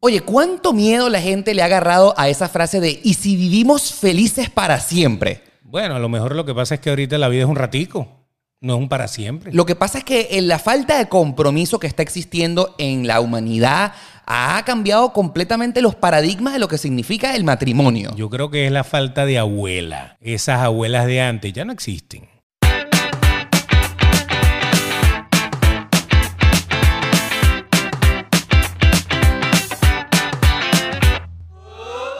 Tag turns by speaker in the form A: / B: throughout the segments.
A: Oye, ¿cuánto miedo la gente le ha agarrado a esa frase de ¿y si vivimos felices para siempre?
B: Bueno, a lo mejor lo que pasa es que ahorita la vida es un ratico, no es un para siempre.
A: Lo que pasa es que eh, la falta de compromiso que está existiendo en la humanidad ha cambiado completamente los paradigmas de lo que significa el matrimonio.
B: Yo creo que es la falta de abuela. Esas abuelas de antes ya no existen.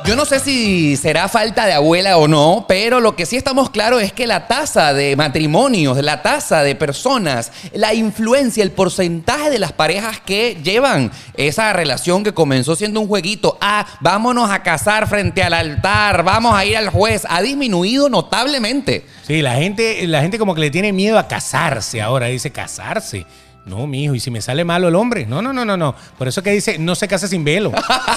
A: Yo no sé si será falta de abuela o no, pero lo que sí estamos claros es que la tasa de matrimonios, la tasa de personas, la influencia, el porcentaje de las parejas que llevan esa relación que comenzó siendo un jueguito, ah, vámonos a casar frente al altar, vamos a ir al juez, ha disminuido notablemente.
B: Sí, la gente, la gente como que le tiene miedo a casarse ahora, dice casarse. No, mijo, y si me sale malo el hombre. No, no, no, no, no. Por eso que dice, no se case sin velo.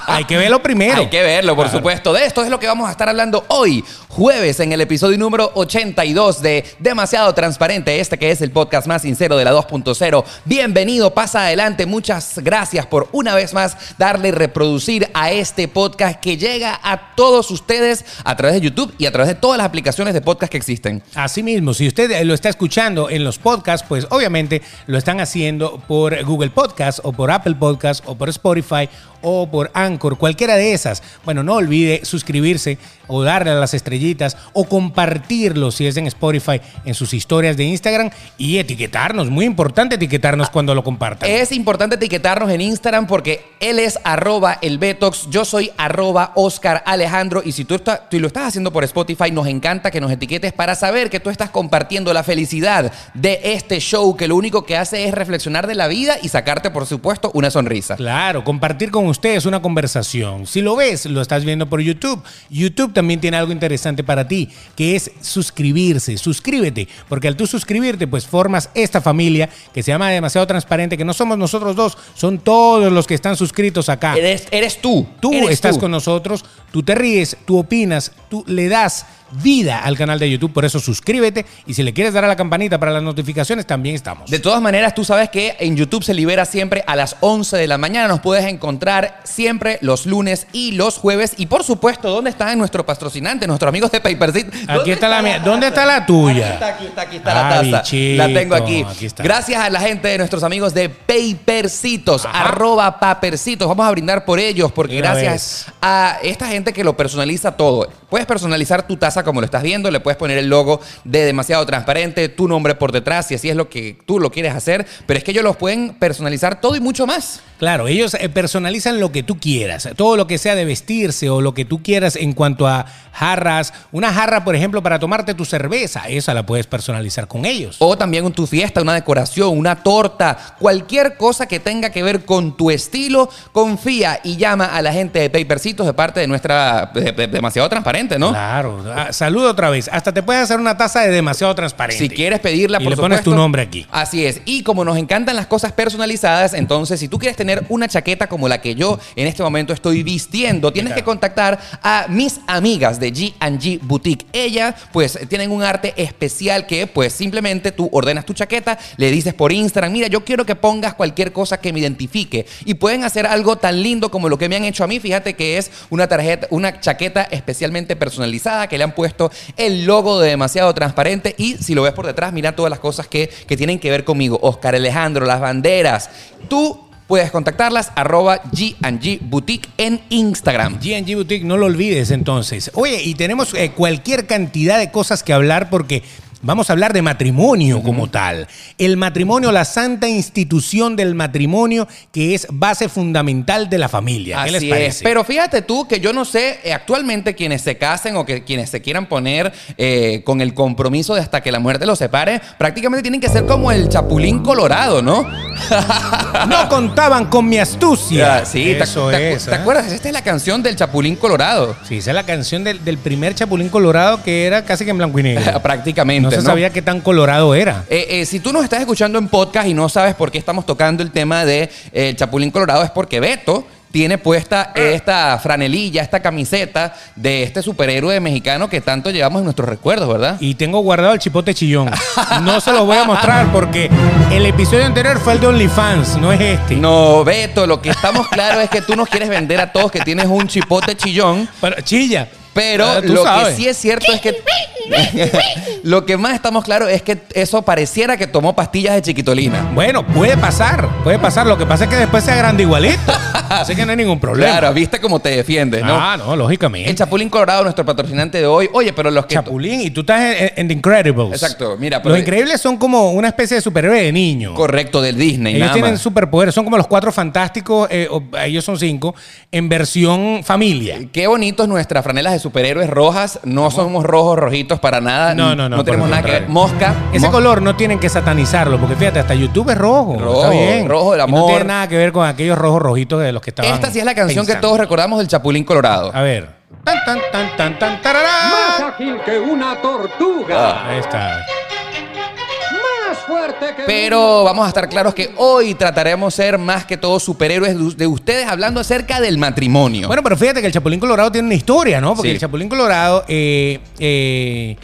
B: Hay que verlo primero.
A: Hay que verlo, por
B: Claro.
A: supuesto. De esto es lo que vamos a estar hablando hoy, jueves, en el episodio número 82 de Demasiado Transparente, este que es el podcast más sincero de la 2.0. Bienvenido, pasa adelante. Muchas gracias por una vez más darle reproducir a este podcast que llega a todos ustedes a través de YouTube y a través de todas las aplicaciones de podcast que existen.
B: Asimismo, si usted eh, lo está escuchando en los podcasts, pues obviamente lo están haciendo por Google Podcast o por Apple Podcast o por Spotify o por Anchor, cualquiera de esas. Bueno, no olvide suscribirse o darle a las estrellitas o compartirlo si es en Spotify en sus historias de Instagram y etiquetarnos. Muy importante etiquetarnos cuando lo compartan.
A: Es importante etiquetarnos en Instagram porque él es arroba el Betox, yo soy arroba Oscar Alejandro y si tú, está- tú lo estás haciendo por Spotify, nos encanta que nos etiquetes para saber que tú estás compartiendo la felicidad de este show que lo único que hace es reflexionar de la vida y sacarte, por supuesto, una sonrisa.
B: Claro, compartir con ustedes una conversación. Si lo ves, lo estás viendo por YouTube. YouTube también tiene algo interesante para ti, que es suscribirse. Suscríbete, porque al tú suscribirte, pues formas esta familia que se llama Demasiado Transparente, que no somos nosotros dos, son todos los que están suscritos acá.
A: Eres, eres tú.
B: Tú
A: eres
B: estás
A: tú.
B: con nosotros, tú te ríes, tú opinas, tú le das vida al canal de YouTube, por eso suscríbete y si le quieres dar a la campanita para las notificaciones, también estamos.
A: De todas maneras, tú sabes que en YouTube se libera siempre a las 11 de la mañana. Nos puedes encontrar siempre los lunes y los jueves. Y por supuesto, ¿dónde están nuestros patrocinantes, nuestros amigos de Paperseed?
B: Aquí está la mía.
A: taza?
B: ¿Dónde está la tuya?
A: Aquí está, aquí está, aquí está
B: Ah,
A: la taza.
B: bichito,
A: la tengo aquí.
B: aquí está.
A: Gracias a la gente de nuestros amigos de Papercitos,
B: Ajá.
A: arroba Papercitos. Vamos a brindar por ellos porque
B: De una
A: gracias a esta gente que lo personaliza todo. Puedes personalizar tu taza como lo estás viendo, le puedes poner el logo de demasiado transparente, tu nombre por detrás, si así es lo que tú lo quieres hacer, pero es que ellos los pueden personalizar todo y mucho más.
B: Claro, ellos eh, personalizan lo que tú quieras, todo lo que sea de vestirse o lo que tú quieras en cuanto a jarras. Una jarra, por ejemplo, para tomarte tu cerveza, esa la puedes personalizar con ellos.
A: O también en tu fiesta, una decoración, una torta, cualquier cosa que tenga que ver con tu estilo, confía y llama a la gente de Papercitos de parte de nuestra de- de- demasiado transparente, ¿no?
B: Claro, Ah, saludo otra vez. Hasta te puedes hacer una taza de demasiado transparente.
A: Si quieres pedirla,
B: Y
A: por
B: le pones
A: supuesto.
B: tu nombre aquí.
A: Así es. Y como nos encantan las cosas personalizadas, entonces si tú quieres tener una chaqueta como la que yo en este momento estoy vistiendo, tienes que contactar a mis amigas de G&G Boutique. Ellas, pues, tienen un arte especial que, pues, simplemente tú ordenas tu chaqueta, le dices por Instagram, mira, yo quiero que pongas cualquier cosa que me identifique. Y pueden hacer algo tan lindo como lo que me han hecho a mí. Fíjate que es una tarjeta, una chaqueta especialmente personalizada que le han puesto el logo de demasiado transparente. Y si lo ves por detrás, mira todas las cosas que, que tienen que ver conmigo. Oscar Alejandro, las banderas. Tú puedes contactarlas arroba G&G Boutique en Instagram.
B: GNG Boutique, no lo olvides entonces. Oye, y tenemos eh, cualquier cantidad de cosas que hablar porque vamos a hablar de matrimonio como tal. El matrimonio, la santa institución del matrimonio que es base fundamental de la familia. ¿Qué les
A: Así
B: parece?
A: es. Pero fíjate tú que yo no sé eh, actualmente quienes se casen o que quienes se quieran poner eh, con el compromiso de hasta que la muerte los separe, prácticamente tienen que ser como el chapulín colorado, ¿no?
B: No contaban con mi astucia.
A: sí, te-
B: Eso
A: te, acu-
B: es,
A: ¿te
B: ¿eh?
A: acuerdas? Esta es la canción del chapulín colorado.
B: Sí, esa es la canción del, del primer Chapulín Colorado que era casi que en blanco y negro.
A: prácticamente.
B: No se
A: ¿no?
B: sabía qué tan colorado era.
A: Eh, eh, si tú nos estás escuchando en podcast y no sabes por qué estamos tocando el tema de eh, el Chapulín Colorado, es porque Beto tiene puesta esta franelilla, esta camiseta de este superhéroe mexicano que tanto llevamos en nuestros recuerdos, ¿verdad?
B: Y tengo guardado el chipote chillón. No se los voy a mostrar porque el episodio anterior fue el de OnlyFans, no es este.
A: No, Beto, lo que estamos claro es que tú nos quieres vender a todos que tienes un chipote chillón.
B: Pero, chilla.
A: Pero
B: Ah, tú
A: lo
B: sabes.
A: que sí es cierto es que. lo que más estamos claros es que eso pareciera que tomó pastillas de chiquitolina.
B: Bueno, puede pasar, puede pasar. Lo que pasa es que después se agranda igualito. Así que no hay ningún problema.
A: Claro, viste cómo te defiendes, ¿no?
B: Ah, no,
A: El
B: lógicamente.
A: Chapulín Colorado, nuestro patrocinante de hoy. Oye, pero los que.
B: Chapulín y tú estás en, en The Incredibles.
A: Exacto, mira, pero-
B: Los Increíbles son como una especie de superhéroe de niño.
A: Correcto, del Disney,
B: Ellos
A: nada
B: tienen
A: más.
B: superpoderes, son como los cuatro fantásticos, eh, o- ellos son cinco, en versión familia.
A: Qué bonitos nuestras franelas de superhéroes rojas. No somos rojos, rojitos para nada.
B: No, no, no,
A: No tenemos
B: por el
A: nada que ver. Mosca.
B: Ese
A: mos-
B: color no tienen que satanizarlo, porque fíjate, hasta YouTube es rojo.
A: Rojo,
B: está bien.
A: rojo del
B: Y No
A: amor.
B: tiene nada que ver con aquellos rojos rojitos de los que estaban.
A: Esta sí es la canción que
B: pensando.
A: todos recordamos del Chapulín Colorado.
B: A ver. Tan, tan, tan, tan, tan, tarará.
C: Más ágil que una tortuga.
A: Ah.
B: Ahí está.
C: Más fuerte que
A: Pero vamos a estar claros que hoy trataremos ser más que todos superhéroes de- de ustedes hablando acerca del matrimonio.
B: Bueno, pero fíjate que el Chapulín Colorado tiene una historia, ¿no? Porque
A: Sí.
B: el Chapulín Colorado, eh, eh,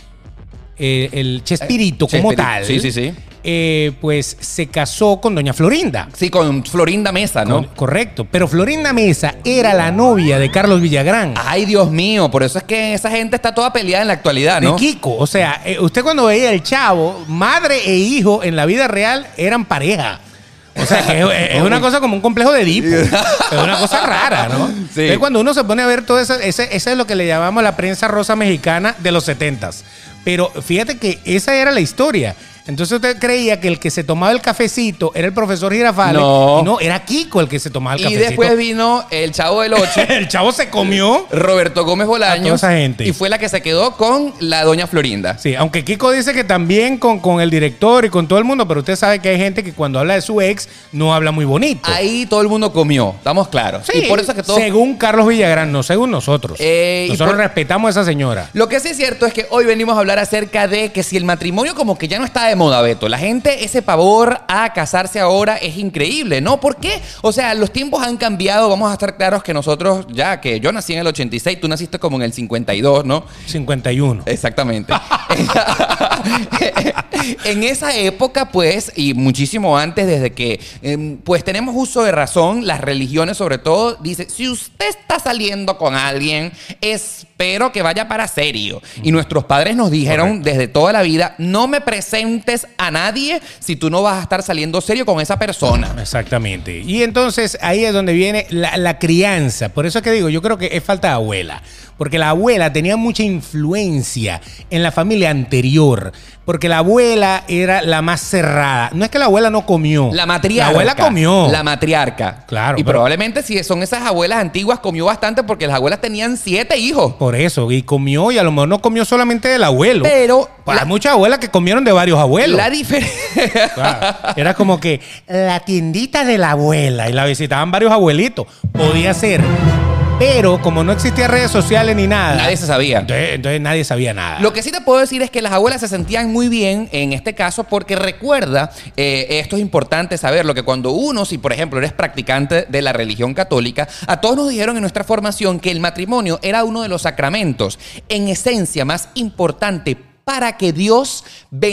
B: eh, el Chespirito como
A: Chespirito.
B: tal.
A: Sí, sí, sí.
B: eh, pues se casó con Doña Florinda.
A: sí, con Florinda Mesa, ¿no?
B: Con- Correcto. Pero Florinda Mesa era la novia de Carlos Villagrán.
A: Ay, Dios mío, por eso es que esa gente está toda peleada en la actualidad,
B: De
A: ¿no?
B: Kiko, o sea, eh, usted cuando veía el chavo, madre e hijo en la vida real eran pareja. O sea, que es, es una cosa como un complejo de Edipo. Es una cosa rara, ¿no?
A: Sí.
B: Entonces, cuando uno se pone a ver todo eso, ese, ese es lo que le llamamos la prensa rosa mexicana de los 70s. Pero fíjate que esa era la historia. Entonces usted creía que el que se tomaba el cafecito era el profesor Girafales.
A: No.
B: Y no, era Kiko el que se tomaba el
A: Y
B: cafecito.
A: después vino el Chavo del Ocho,
B: el chavo se comió.
A: Roberto Gómez Bolaños,
B: esa gente.
A: y fue la que se quedó con la doña Florinda.
B: Sí, aunque Kiko dice que también con, con el director y con todo el mundo, pero usted sabe que hay gente que cuando habla de su ex no habla muy bonito.
A: Ahí todo el mundo comió, estamos claros.
B: Sí,
A: y por eso es que todos
B: Según Carlos Villagrán, no según nosotros.
A: Eh, y
B: nosotros
A: por-
B: respetamos a esa señora.
A: Lo que sí es cierto es que hoy venimos a hablar acerca de que si el matrimonio como que ya no está de moda, Beto, la gente ese pavor a casarse ahora es increíble, ¿no? ¿Por qué? O sea, los tiempos han cambiado, vamos a estar claros que nosotros, ya que yo nací en el 86, tú naciste como en el 52, ¿no?
B: 51.
A: Exactamente. en esa época, pues, y muchísimo antes, desde que, eh, pues, tenemos uso de razón, las religiones sobre todo, dice, si usted está saliendo con alguien, espero que vaya para serio. Y nuestros padres nos dijeron desde toda la vida, no me presentes a nadie si tú no vas a estar saliendo serio con esa persona.
B: Exactamente. Y entonces ahí es donde viene la, la crianza. Por eso es que digo, yo creo que es falta de abuela. Porque la abuela tenía mucha influencia en la familia anterior. Porque la abuela era la más cerrada. No es que la abuela no comió.
A: La matriarca.
B: La abuela comió.
A: La matriarca.
B: Claro,
A: Y
B: pero-
A: probablemente si son esas abuelas antiguas, comió bastante porque las abuelas tenían siete hijos.
B: Por eso, y comió, y a lo mejor no comió solamente del abuelo.
A: Pero
B: Para
A: la-
B: muchas abuelas que comieron de varios abuelos.
A: La diferencia.
B: Claro. Era como que la tiendita de la abuela, y la visitaban varios abuelitos. Podía ser. Pero como no existían redes sociales ni nada.
A: Nadie se sabía.
B: Entonces, entonces nadie sabía nada.
A: Lo que sí te puedo decir es que las abuelas se sentían muy bien en este caso porque recuerda, eh, esto es importante saberlo, que cuando uno, si por ejemplo eres practicante de la religión católica, a todos nos dijeron en nuestra formación que el matrimonio era uno de los sacramentos, en esencia más importante para que Dios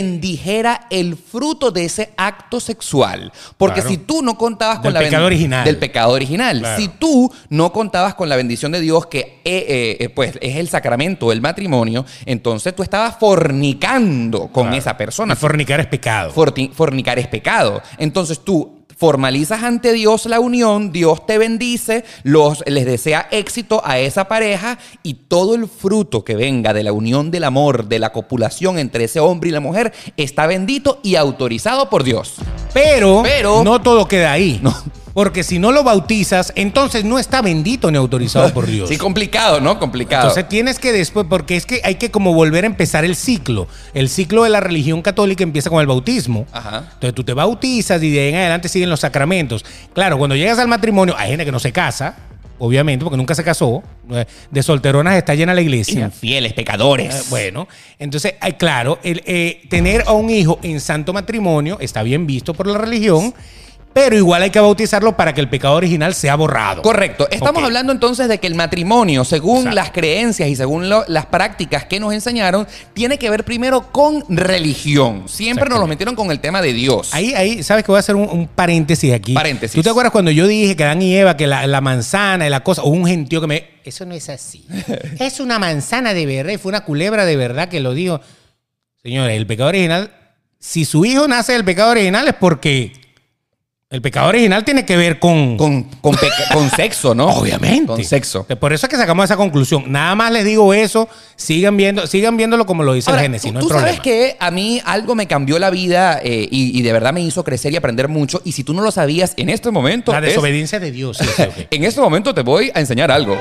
A: bendijera el fruto de ese acto sexual. Porque
B: Claro.
A: si tú no contabas con
B: Del
A: la ben-
B: pecado original.
A: Del pecado original.
B: Claro.
A: Si tú no contabas con la bendición de Dios, que eh, eh, eh, pues es el sacramento, el matrimonio, entonces tú estabas fornicando con
B: Claro.
A: esa persona.
B: Y fornicar es pecado.
A: Forti- fornicar es pecado. Entonces tú formalizas ante Dios la unión, Dios te bendice, los, les desea éxito a esa pareja y todo el fruto que venga de la unión del amor, de la copulación entre ese hombre y la mujer, está bendito y autorizado por Dios.
B: Pero,
A: Pero-
B: no todo queda ahí.
A: No.
B: Porque si no lo bautizas, entonces no está bendito ni autorizado por Dios.
A: Sí, complicado, ¿no? Complicado.
B: Entonces tienes que después, porque es que hay que como volver a empezar el ciclo. El ciclo de la religión católica empieza con el bautismo.
A: Ajá.
B: Entonces tú te bautizas y de ahí en adelante siguen los sacramentos. Claro, cuando llegas al matrimonio, hay gente que no se casa, obviamente, porque nunca se casó. Eh, De solteronas está llena la iglesia.
A: infieles,
B: Eh,
A: pecadores.
B: Bueno, entonces, ay, claro, el, eh, tener a un hijo en santo matrimonio está bien visto por la religión, pero igual hay que bautizarlo para que el pecado original sea borrado.
A: Correcto. Estamos
B: Ok.
A: hablando entonces de que el matrimonio, según
B: Exacto.
A: las creencias y según lo- las prácticas que nos enseñaron, tiene que ver primero con religión. Siempre nos lo
B: Exactamente.
A: metieron con el tema de Dios.
B: Ahí, ahí, sabes que voy a hacer un, un paréntesis aquí.
A: Paréntesis.
B: ¿Tú te acuerdas cuando yo dije que Adán y Eva, que la, la manzana y la cosa, o un gentío que me. Eso no es así. es una manzana de verdad y fue una culebra de verdad que lo dijo. Señores, el pecado original. Si su hijo nace del pecado original es porque el pecado original tiene que ver con.
A: Con, con peca- con sexo, ¿no?
B: Obviamente.
A: Con sexo.
B: Por eso es que sacamos esa conclusión. Nada más les digo eso. Sigan viendo, sigan viéndolo como lo dice
A: Ahora,
B: el Génesis.
A: tú,
B: no hay
A: tú
B: problema.
A: sabes que a mí algo me cambió la vida eh, y, y de verdad me hizo crecer y aprender mucho. Y si tú no lo sabías en este momento,
B: La
A: es-
B: desobediencia de Dios. sí, sí, ok.
A: en este momento te voy a enseñar algo.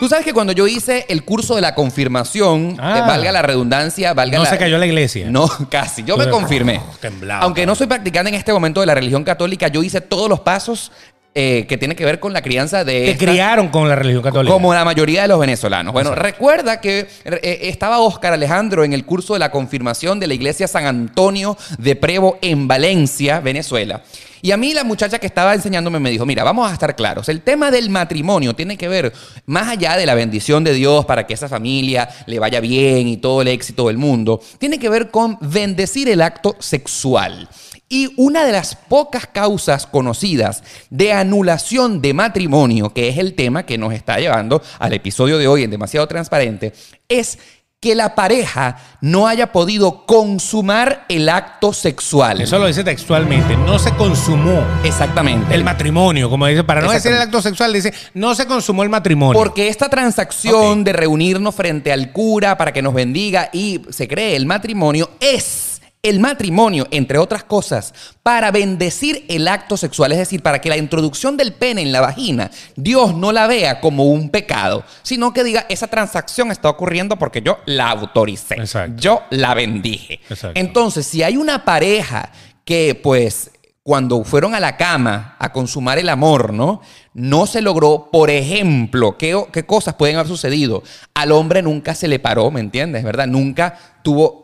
A: Tú sabes que cuando yo hice el curso de la confirmación,
B: Ah.
A: eh, valga la redundancia, valga
B: No
A: la...
B: se cayó la iglesia.
A: No, casi. Yo me
B: Pero,
A: confirmé.
B: oh, temblaba.
A: Aunque no soy practicante en este momento de la religión católica, yo hice todos los pasos eh, que tienen que ver con la crianza de...
B: Te
A: esta-
B: criaron con la religión católica.
A: Como la mayoría de los venezolanos. Bueno, recuerda que eh, estaba Óscar Alejandro en el curso de la confirmación de la iglesia San Antonio de Prevo en Valencia, Venezuela. Y a mí la muchacha que estaba enseñándome me dijo, mira, vamos a estar claros, el tema del matrimonio tiene que ver más allá de la bendición de Dios para que esa familia le vaya bien y todo el éxito del mundo, tiene que ver con bendecir el acto sexual. Y una de las pocas causas conocidas de anulación de matrimonio, que es el tema que nos está llevando al episodio de hoy en Demasiado Transparente, es que la pareja no haya podido consumar el acto sexual.
B: Eso lo dice textualmente. No se consumó
A: Exactamente.
B: el matrimonio, como dice. Para no decir el
A: Exactamente.
B: acto sexual, dice, no se consumó el matrimonio.
A: Porque esta transacción
B: Ok.
A: de reunirnos frente al cura para que nos bendiga y se cree el matrimonio es el matrimonio, entre otras cosas, para bendecir el acto sexual, es decir, para que la introducción del pene en la vagina, Dios no la vea como un pecado, sino que diga, esa transacción está ocurriendo porque yo la autoricé,
B: Exacto.
A: yo la bendije.
B: Exacto.
A: Entonces, si hay una pareja que, pues, cuando fueron a la cama a consumar el amor, ¿no? No se logró, por ejemplo, ¿qué, o- qué cosas pueden haber sucedido? Al hombre nunca se le paró, ¿me entiendes? ¿Verdad? Nunca tuvo,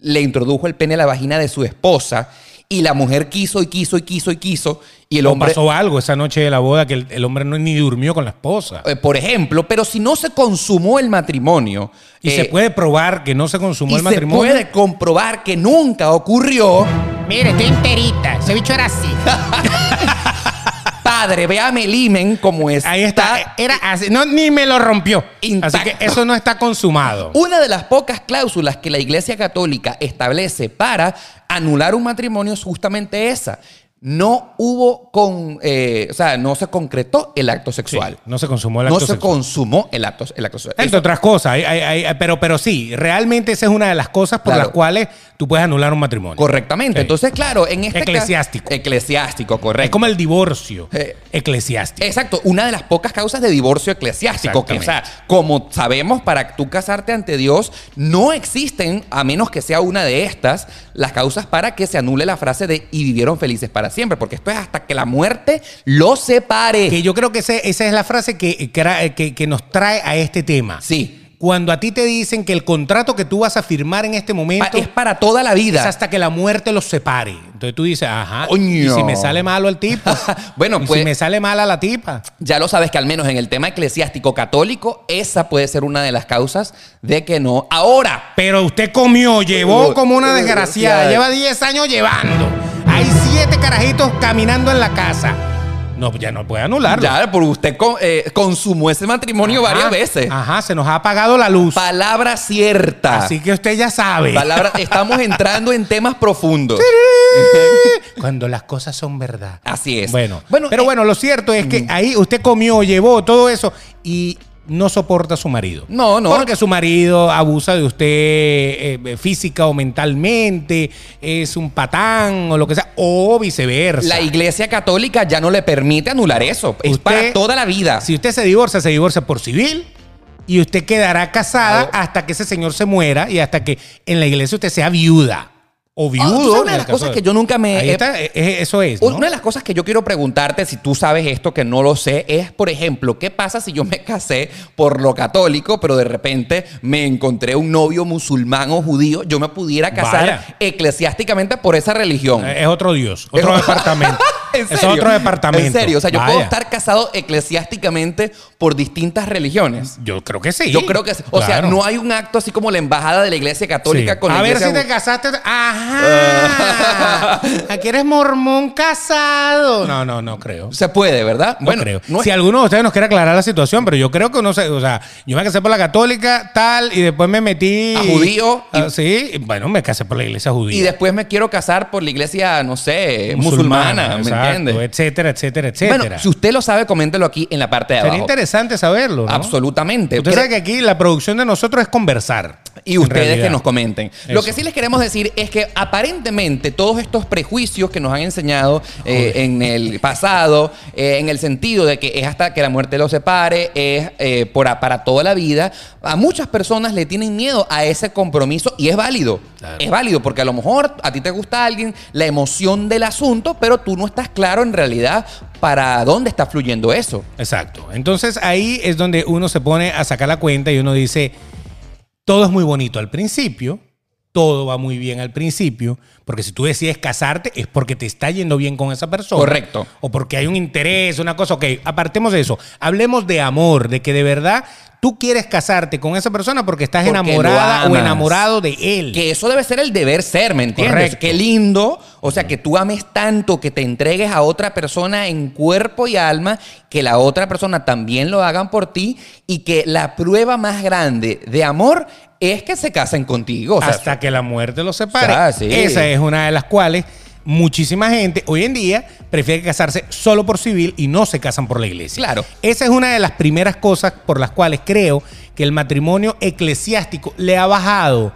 A: le introdujo el pene a la vagina de su esposa y la mujer quiso y quiso y quiso y quiso y el
B: O
A: hombre...
B: pasó algo esa noche de la boda que el, el hombre no, ni durmió con la esposa.
A: eh, Por ejemplo, pero si no se consumó el matrimonio
B: y se
A: eh,
B: puede probar que no se consumó
A: y
B: el
A: se
B: matrimonio.
A: puede comprobar que nunca ocurrió,
D: Mire, estoy enterita. Ese bicho era así.
A: padre, véame el imen como está.
B: Ahí está. Era así. No, ni me lo rompió.
A: Intacto. Uh,
B: Así que eso no está consumado.
A: Una de las pocas cláusulas que la Iglesia Católica establece para anular un matrimonio es justamente esa. No hubo con, eh, o sea, no se concretó el acto
B: Sí,
A: sexual.
B: no se consumó el
A: no
B: acto
A: se
B: sexual.
A: consumó el acto, el acto sexual.
B: Entre otras cosas, hay- hay- hay- pero, pero sí, realmente esa es una de las cosas por
A: Claro.
B: las cuales tú puedes anular un matrimonio.
A: Correctamente.
B: Sí.
A: Entonces, claro, en este caso-
B: Eclesiástico.
A: eclesiástico,
B: Es
A: correcto.
B: como el divorcio
A: Eh,
B: eclesiástico.
A: Exacto, una de las pocas causas de divorcio eclesiástico. Que, o sea, como sabemos, para tú casarte ante Dios, no existen, a menos que sea una de estas, las causas para que se anule la frase de y vivieron felices para siempre, porque esto es hasta que la muerte los separe.
B: Que yo creo que ese- esa es la frase que, que, que- que nos trae a este tema.
A: Sí. Ah,
B: Cuando a ti te dicen que el contrato que tú vas a firmar en este
A: Pa-
B: momento
A: Ah, es para toda la vida.
B: es hasta que la muerte los separe. Entonces tú dices, ajá, y
A: Coño.
B: si me sale malo el tipo.
A: Bueno,
B: ¿Y
A: pues-
B: Si me sale mala la tipa.
A: Ya lo sabes que al menos en el tema eclesiástico católico, esa puede ser una de las causas de que no. Ahora,
B: Pero usted comió, llevó como una desgraciada. Lleva 10 años llevando. Hay 7 carajitos caminando en la casa. No, ya no puede anularlo.
A: ya por usted con- eh, consumó ese matrimonio
B: Ajá,
A: varias veces.
B: Ajá, se nos ha apagado la luz.
A: Palabra cierta.
B: Así que usted ya sabe.
A: Palabra- estamos entrando en temas profundos.
B: Cuando las cosas son verdad.
A: Así es.
B: Bueno,
A: Bueno,
B: pero
A: eh,
B: bueno, lo cierto es que ahí usted comió, llevó todo eso y no soporta a su marido.
A: No, no.
B: Porque su marido abusa de usted eh, física o mentalmente, es un patán o lo que sea, o viceversa.
A: La Iglesia Católica ya no le permite anular eso. Es
B: Usted-
A: para toda la vida.
B: Si usted se divorcia, se divorcia por civil y usted quedará casada
A: Claro.
B: hasta que ese señor se muera y hasta que en la iglesia usted sea viuda o
A: Ah,
B: viudo.
A: ¿tú sabes una
B: en
A: de
B: el
A: las
B: caso
A: cosas que yo nunca me
B: Ahí
A: he-
B: está, eh, eh, eso es. ¿no?
A: Una de las cosas que yo quiero preguntarte, si tú sabes esto que no lo sé, es, por ejemplo, ¿qué pasa si yo me casé por lo católico, pero de repente me encontré un novio musulmán o judío? Yo me pudiera casar
B: Vaya.
A: eclesiásticamente por esa religión.
B: Eh, Es otro Dios, otro
A: Es-
B: departamento.
A: ¿En
B: Es
A: serio?
B: otro departamento.
A: En serio, o sea, yo puedo
B: Vaya.
A: estar casado eclesiásticamente por distintas religiones.
B: Yo creo que sí.
A: Yo creo que, o sea,
B: Claro.
A: no hay un acto así como la embajada de la Iglesia Católica
B: Sí.
A: con la
B: A ver
A: iglesia
B: si te casaste. Ajá. Aquí eres mormón casado. No, no, no creo.
A: se puede, ¿verdad?
B: No
A: bueno,
B: creo.
A: no es-
B: si alguno de ustedes nos quiere aclarar la situación, pero yo creo que no sé, o sea, yo me casé por la católica, tal, y después me metí.
A: A judío y-
B: Ah, sí, y bueno, me casé por la iglesia judía.
A: y después me quiero casar por la iglesia, no sé, musulmana, ¿me
B: exacto,
A: entiendes?
B: Etcétera, etcétera, etcétera.
A: Bueno, si usted lo sabe, coméntelo aquí en la parte de
B: Sería
A: abajo.
B: interesante saberlo. ¿no?
A: Absolutamente.
B: Usted
A: Cre-
B: sabe que aquí la producción de nosotros es conversar.
A: y
B: en
A: ustedes
B: realidad.
A: que nos comenten. Lo
B: Eso.
A: que sí les queremos decir es que aparentemente todos estos prejuicios que nos han enseñado eh, en el pasado, eh, en el sentido de que es hasta que la muerte los separe, es eh, por, a- para toda la vida, a muchas personas le tienen miedo a ese compromiso y es válido.
B: Claro.
A: Es válido porque a lo mejor a ti te gusta alguien, la emoción del asunto, pero tú no estás claro en realidad para dónde está fluyendo eso.
B: Exacto. Entonces ahí es donde uno se pone a sacar la cuenta y uno dice, todo es muy bonito al principio, todo va muy bien al principio, porque si tú decides casarte es porque te está yendo bien con esa persona.
A: Correcto.
B: O porque hay un interés, una cosa. Ok, apartemos de eso. Hablemos de amor, de que de verdad tú quieres casarte con esa persona porque estás
A: Porque lo
B: enamorada o
A: amas.
B: enamorado de él.
A: Que eso debe ser el deber ser, ¿me entiendes?
B: Correcto.
A: Qué lindo, o sea, que tú ames tanto, que te entregues a otra persona en cuerpo y alma, que la otra persona también lo hagan por ti y que la prueba más grande de amor es que se casen contigo. O sea,
B: hasta que la muerte los separe.
A: Ah, sí.
B: Esa es una de las cuales muchísima gente hoy en día prefiere casarse solo por civil y no se casan por la iglesia.
A: Claro.
B: Esa es una de las primeras cosas por las cuales creo que el matrimonio eclesiástico le ha bajado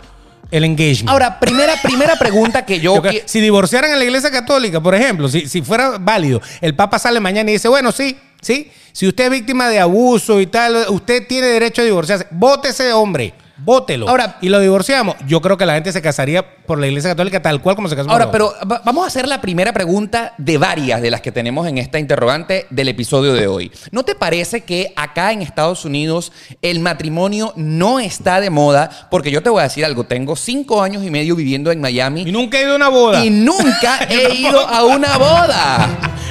B: el engagement.
A: Ahora, primera, primera pregunta que yo...
B: Yo creo-
A: que-
B: si divorciaran a la iglesia católica, por ejemplo, si, si fuera válido, el Papa sale mañana y dice, bueno, sí, sí, si usted es víctima de abuso y tal, usted tiene derecho a divorciarse, vote ese hombre, vótelo.
A: Ahora-
B: y lo divorciamos, yo creo que la gente se casaría por la iglesia católica tal cual como se casó.
A: Ahora,
B: por la
A: pero va- vamos a hacer la primera pregunta de varias de las que tenemos en esta interrogante del episodio de hoy. ¿No te parece que acá en Estados Unidos el matrimonio no está de moda? Porque yo te voy a decir algo, tengo cinco años y medio viviendo en
B: otra. Y
A: Miami
B: nunca he ido a una boda.
A: y nunca he ido a una boda.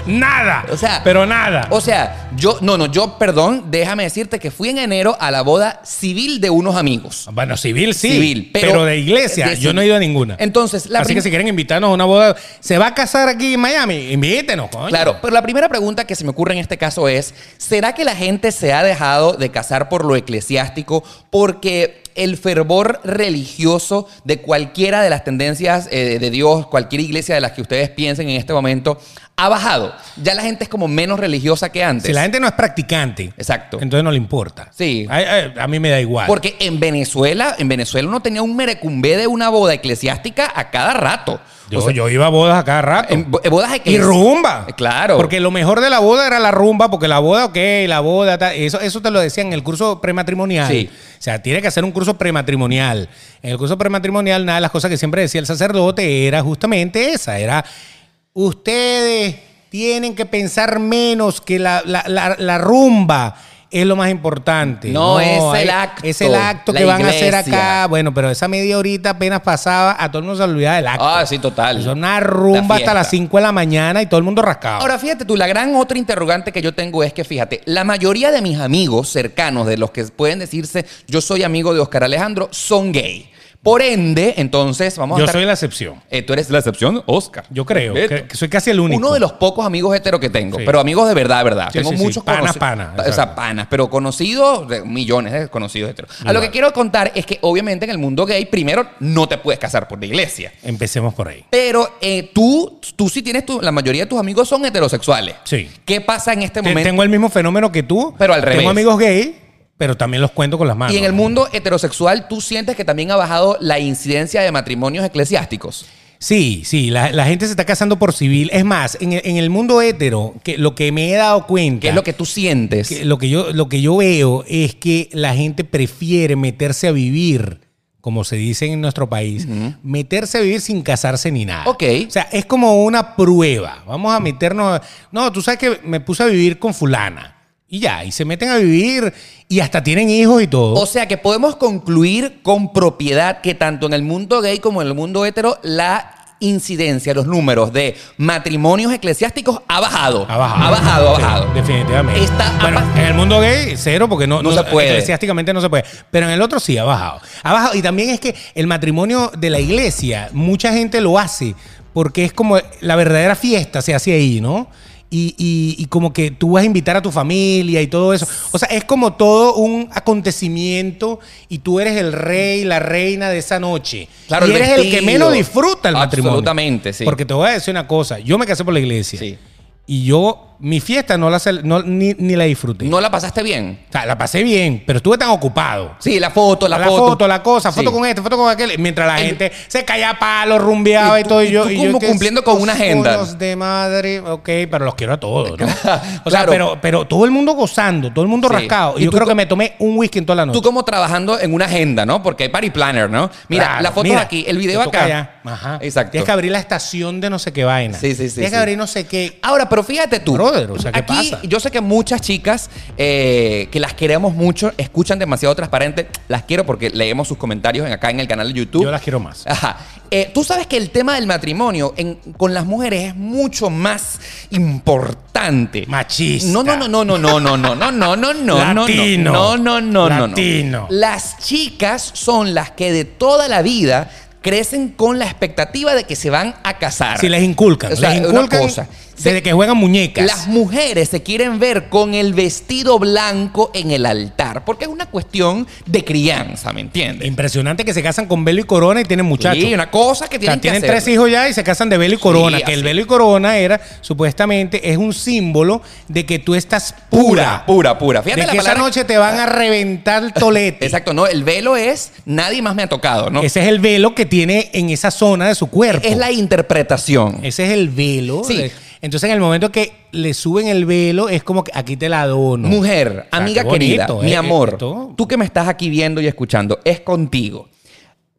B: Nada.
A: O sea,
B: pero nada.
A: O sea, yo, no, no, yo, perdón, déjame decirte que fui en enero a la boda civil de unos amigos.
B: bueno, civil sí.
A: Civil, pero-
B: pero, de iglesia,
A: de
B: yo
A: civil.
B: no he ido a ninguna.
A: Entonces, la
B: Así
A: prim-
B: que si quieren invitarnos a una boda, ¿se va a casar aquí en Miami? Invítenos, coño.
A: Claro, pero la primera pregunta que se me ocurre en este caso es, ¿será que la gente se ha dejado de casar por lo eclesiástico porque el fervor religioso de cualquiera de las tendencias eh, de Dios, cualquier iglesia de las que ustedes piensen en este momento, ha bajado? Ya la gente es como menos religiosa que antes.
B: Si la gente no es practicante,
A: Exacto.
B: entonces no le importa.
A: Sí.
B: Ay, ay, a mí me da igual.
A: Porque en Venezuela, en Venezuela uno tenía un merecumbe de una boda eclesiástica a cada rato.
B: yo,
A: O sea,
B: yo iba a bodas a cada rato.
A: en bo- eh, en bodas
B: y
A: eclesiásticas.
B: rumba.
A: Eh, Claro.
B: Porque lo mejor de la boda era la rumba, porque la boda, ok, la boda, tal. Eso, eso te lo decían en el curso prematrimonial.
A: Sí.
B: O sea, tiene que hacer un curso prematrimonial. En el curso prematrimonial, nada de las cosas que siempre decía el sacerdote era justamente esa. Era, ustedes tienen que pensar menos que la, la- la- la rumba. Es lo más importante.
A: No, es el acto,
B: Es el acto
A: la
B: que van a hacer
A: iglesia.
B: acá. Bueno, pero esa media horita apenas pasaba, a todo el mundo se olvidaba del acto.
A: Ah, sí, total.
B: Es una rumba hasta
A: fiesta.
B: las 5 de la mañana y todo el mundo rascado.
A: Ahora fíjate tú, la gran otra interrogante que yo tengo es que fíjate, la mayoría de mis amigos cercanos, de los que pueden decirse yo soy amigo de Oscar Alejandro, son gay. Por ende, entonces vamos
B: yo
A: a estar...
B: soy la excepción.
A: Eh, tú eres la excepción, Oscar. Eh,
B: Yo creo
A: Perfecto.
B: que, que soy casi el único.
A: Uno de los pocos amigos hetero que tengo,
B: Sí.
A: pero amigos de verdad, verdad.
B: Sí,
A: tengo
B: sí, sí.
A: muchos
B: Panas,
A: conoci-
B: panas,
A: pa- O sea,
B: exacto.
A: panas, pero conocidos, de millones de conocidos heteros. A lo
B: Igual.
A: que quiero contar es que obviamente en el mundo gay, primero, no te puedes casar por la iglesia.
B: Empecemos por ahí.
A: Pero eh, tú, tú sí tienes, tu, la mayoría de tus amigos son heterosexuales.
B: Sí.
A: ¿Qué pasa en este
B: Te-
A: momento?
B: Tengo el mismo fenómeno que tú.
A: Pero al revés.
B: Tengo amigos gay, pero también los cuento con las manos.
A: y en el mundo heterosexual, ¿tú sientes que también ha bajado la incidencia de matrimonios eclesiásticos?
B: Sí, sí, la, la gente se está casando por civil. Es más, en, el- en el mundo hétero, que lo que me he dado cuenta.
A: ¿Qué es lo que tú sientes?
B: que lo que yo lo que yo veo es que la gente prefiere meterse a vivir como se dice en nuestro país, meterse a vivir sin casarse ni nada.
A: Ok.
B: O sea, es como una prueba. Vamos a meternos. a- No, tú sabes que me puse a vivir con fulana. Y ya, y se meten a vivir y hasta tienen hijos y todo.
A: O sea que podemos concluir con propiedad que tanto en el mundo gay como en el mundo hetero la incidencia, los números de matrimonios eclesiásticos ha bajado.
B: Ha bajado.
A: Ha bajado, ha
B: Sí,
A: bajado.
B: definitivamente.
A: Está- ha
B: bueno,
A: baj-
B: en el mundo gay, cero, porque no,
A: No se puede.
B: Eclesiásticamente no se puede. Pero en el otro sí ha bajado. Ha bajado. Y también es que el matrimonio de la iglesia, mucha gente lo hace porque es como la verdadera fiesta se hace ahí, ¿no? Y, y- y como que tú vas a invitar a tu familia y todo eso. O sea, es como todo un acontecimiento y tú eres el rey, la reina de esa noche.
A: Claro,
B: y
A: el
B: eres el que
A: vestido.
B: menos disfruta el matrimonio.
A: Absolutamente, sí.
B: Porque te voy a decir una cosa. Yo me casé por la iglesia.
A: Sí.
B: Y yo, mi fiesta no la, cel- no- ni, ni la disfruté.
A: ¿No la pasaste bien?
B: O sea, la pasé bien, pero estuve tan ocupado.
A: Sí, la foto, la,
B: La, foto, la cosa, foto
A: Sí.
B: con este, foto con aquel. Mientras la
A: El-
B: gente se caía a palo, rumbeaba y,
A: Y tú-
B: todo. Y
A: y
B: yo,
A: tú
B: y
A: como
B: yo que
A: cumpliendo con una
B: estos
A: agenda.
B: culos de madre, ok, pero los quiero a todos, ¿no? O sea,
A: Claro.
B: pero, pero todo el mundo gozando, todo el mundo
A: Sí.
B: rascado. Y
A: Y
B: yo
A: tú
B: creo
A: co-
B: que me tomé un whisky en toda la noche.
A: Tú como trabajando en una agenda, ¿no? Porque hay party planner, ¿no? Mira,
B: Claro,
A: la foto
B: mira,
A: aquí, el video
B: te
A: acá.
B: toca allá. Ajá.
A: Exacto.
B: Tienes que abrir la estación de no sé qué vaina.
A: Sí, sí, sí,
B: Tienes
A: sí.
B: que abrir no sé qué.
A: Ahora, pero fíjate tú.
B: Brother, o sea, ¿qué
A: aquí,
B: pasa?
A: Yo sé que muchas chicas eh, que las queremos mucho escuchan demasiado transparente. Las quiero porque leemos sus comentarios en- acá en el canal de YouTube.
B: Yo las quiero más.
A: Ajá. Eh, tú sabes que el tema del matrimonio en- con las mujeres es mucho más importante.
B: Machista.
A: No, no, no, no, no, no, no, no, no, no, no, no, no,
B: Latino.
A: no, no, no, no, no.
B: Latino.
A: Las chicas son las que de toda la vida crecen con la expectativa de que se van a casar.
B: Si les inculcan,
A: O sea,
B: les
A: una
B: inculcan
A: cosa.
B: desde
A: Se-
B: que juegan muñecas.
A: las mujeres se quieren ver con el vestido blanco en el altar, porque es una cuestión de crianza, ¿me entiendes?
B: Impresionante que se casan con velo y corona y tienen muchachos.
A: Sí, una cosa que
B: O sea,
A: tienen,
B: tienen
A: que hacer.
B: tres hijos ya y se casan de velo y corona.
A: Sí,
B: que el
A: así.
B: velo y corona era, supuestamente, es un símbolo de que tú estás pura.
A: Pura, pura, pura. Fíjate
B: de
A: la
B: que esa
A: palabra-
B: noche te van a reventar el tolete.
A: Exacto, no, el velo es nadie más me ha tocado, ¿no? Es,
B: Ese es el velo que tiene en esa zona de su cuerpo.
A: la interpretación.
B: Ese es el velo.
A: Sí.
B: Entonces, en el momento que le suben el velo, es como que aquí te la dono.
A: Mujer,
B: O sea,
A: amiga
B: qué bonito,
A: querida, mi
B: eh,
A: amor,
B: esto.
A: tú que me estás aquí viendo y escuchando, es contigo.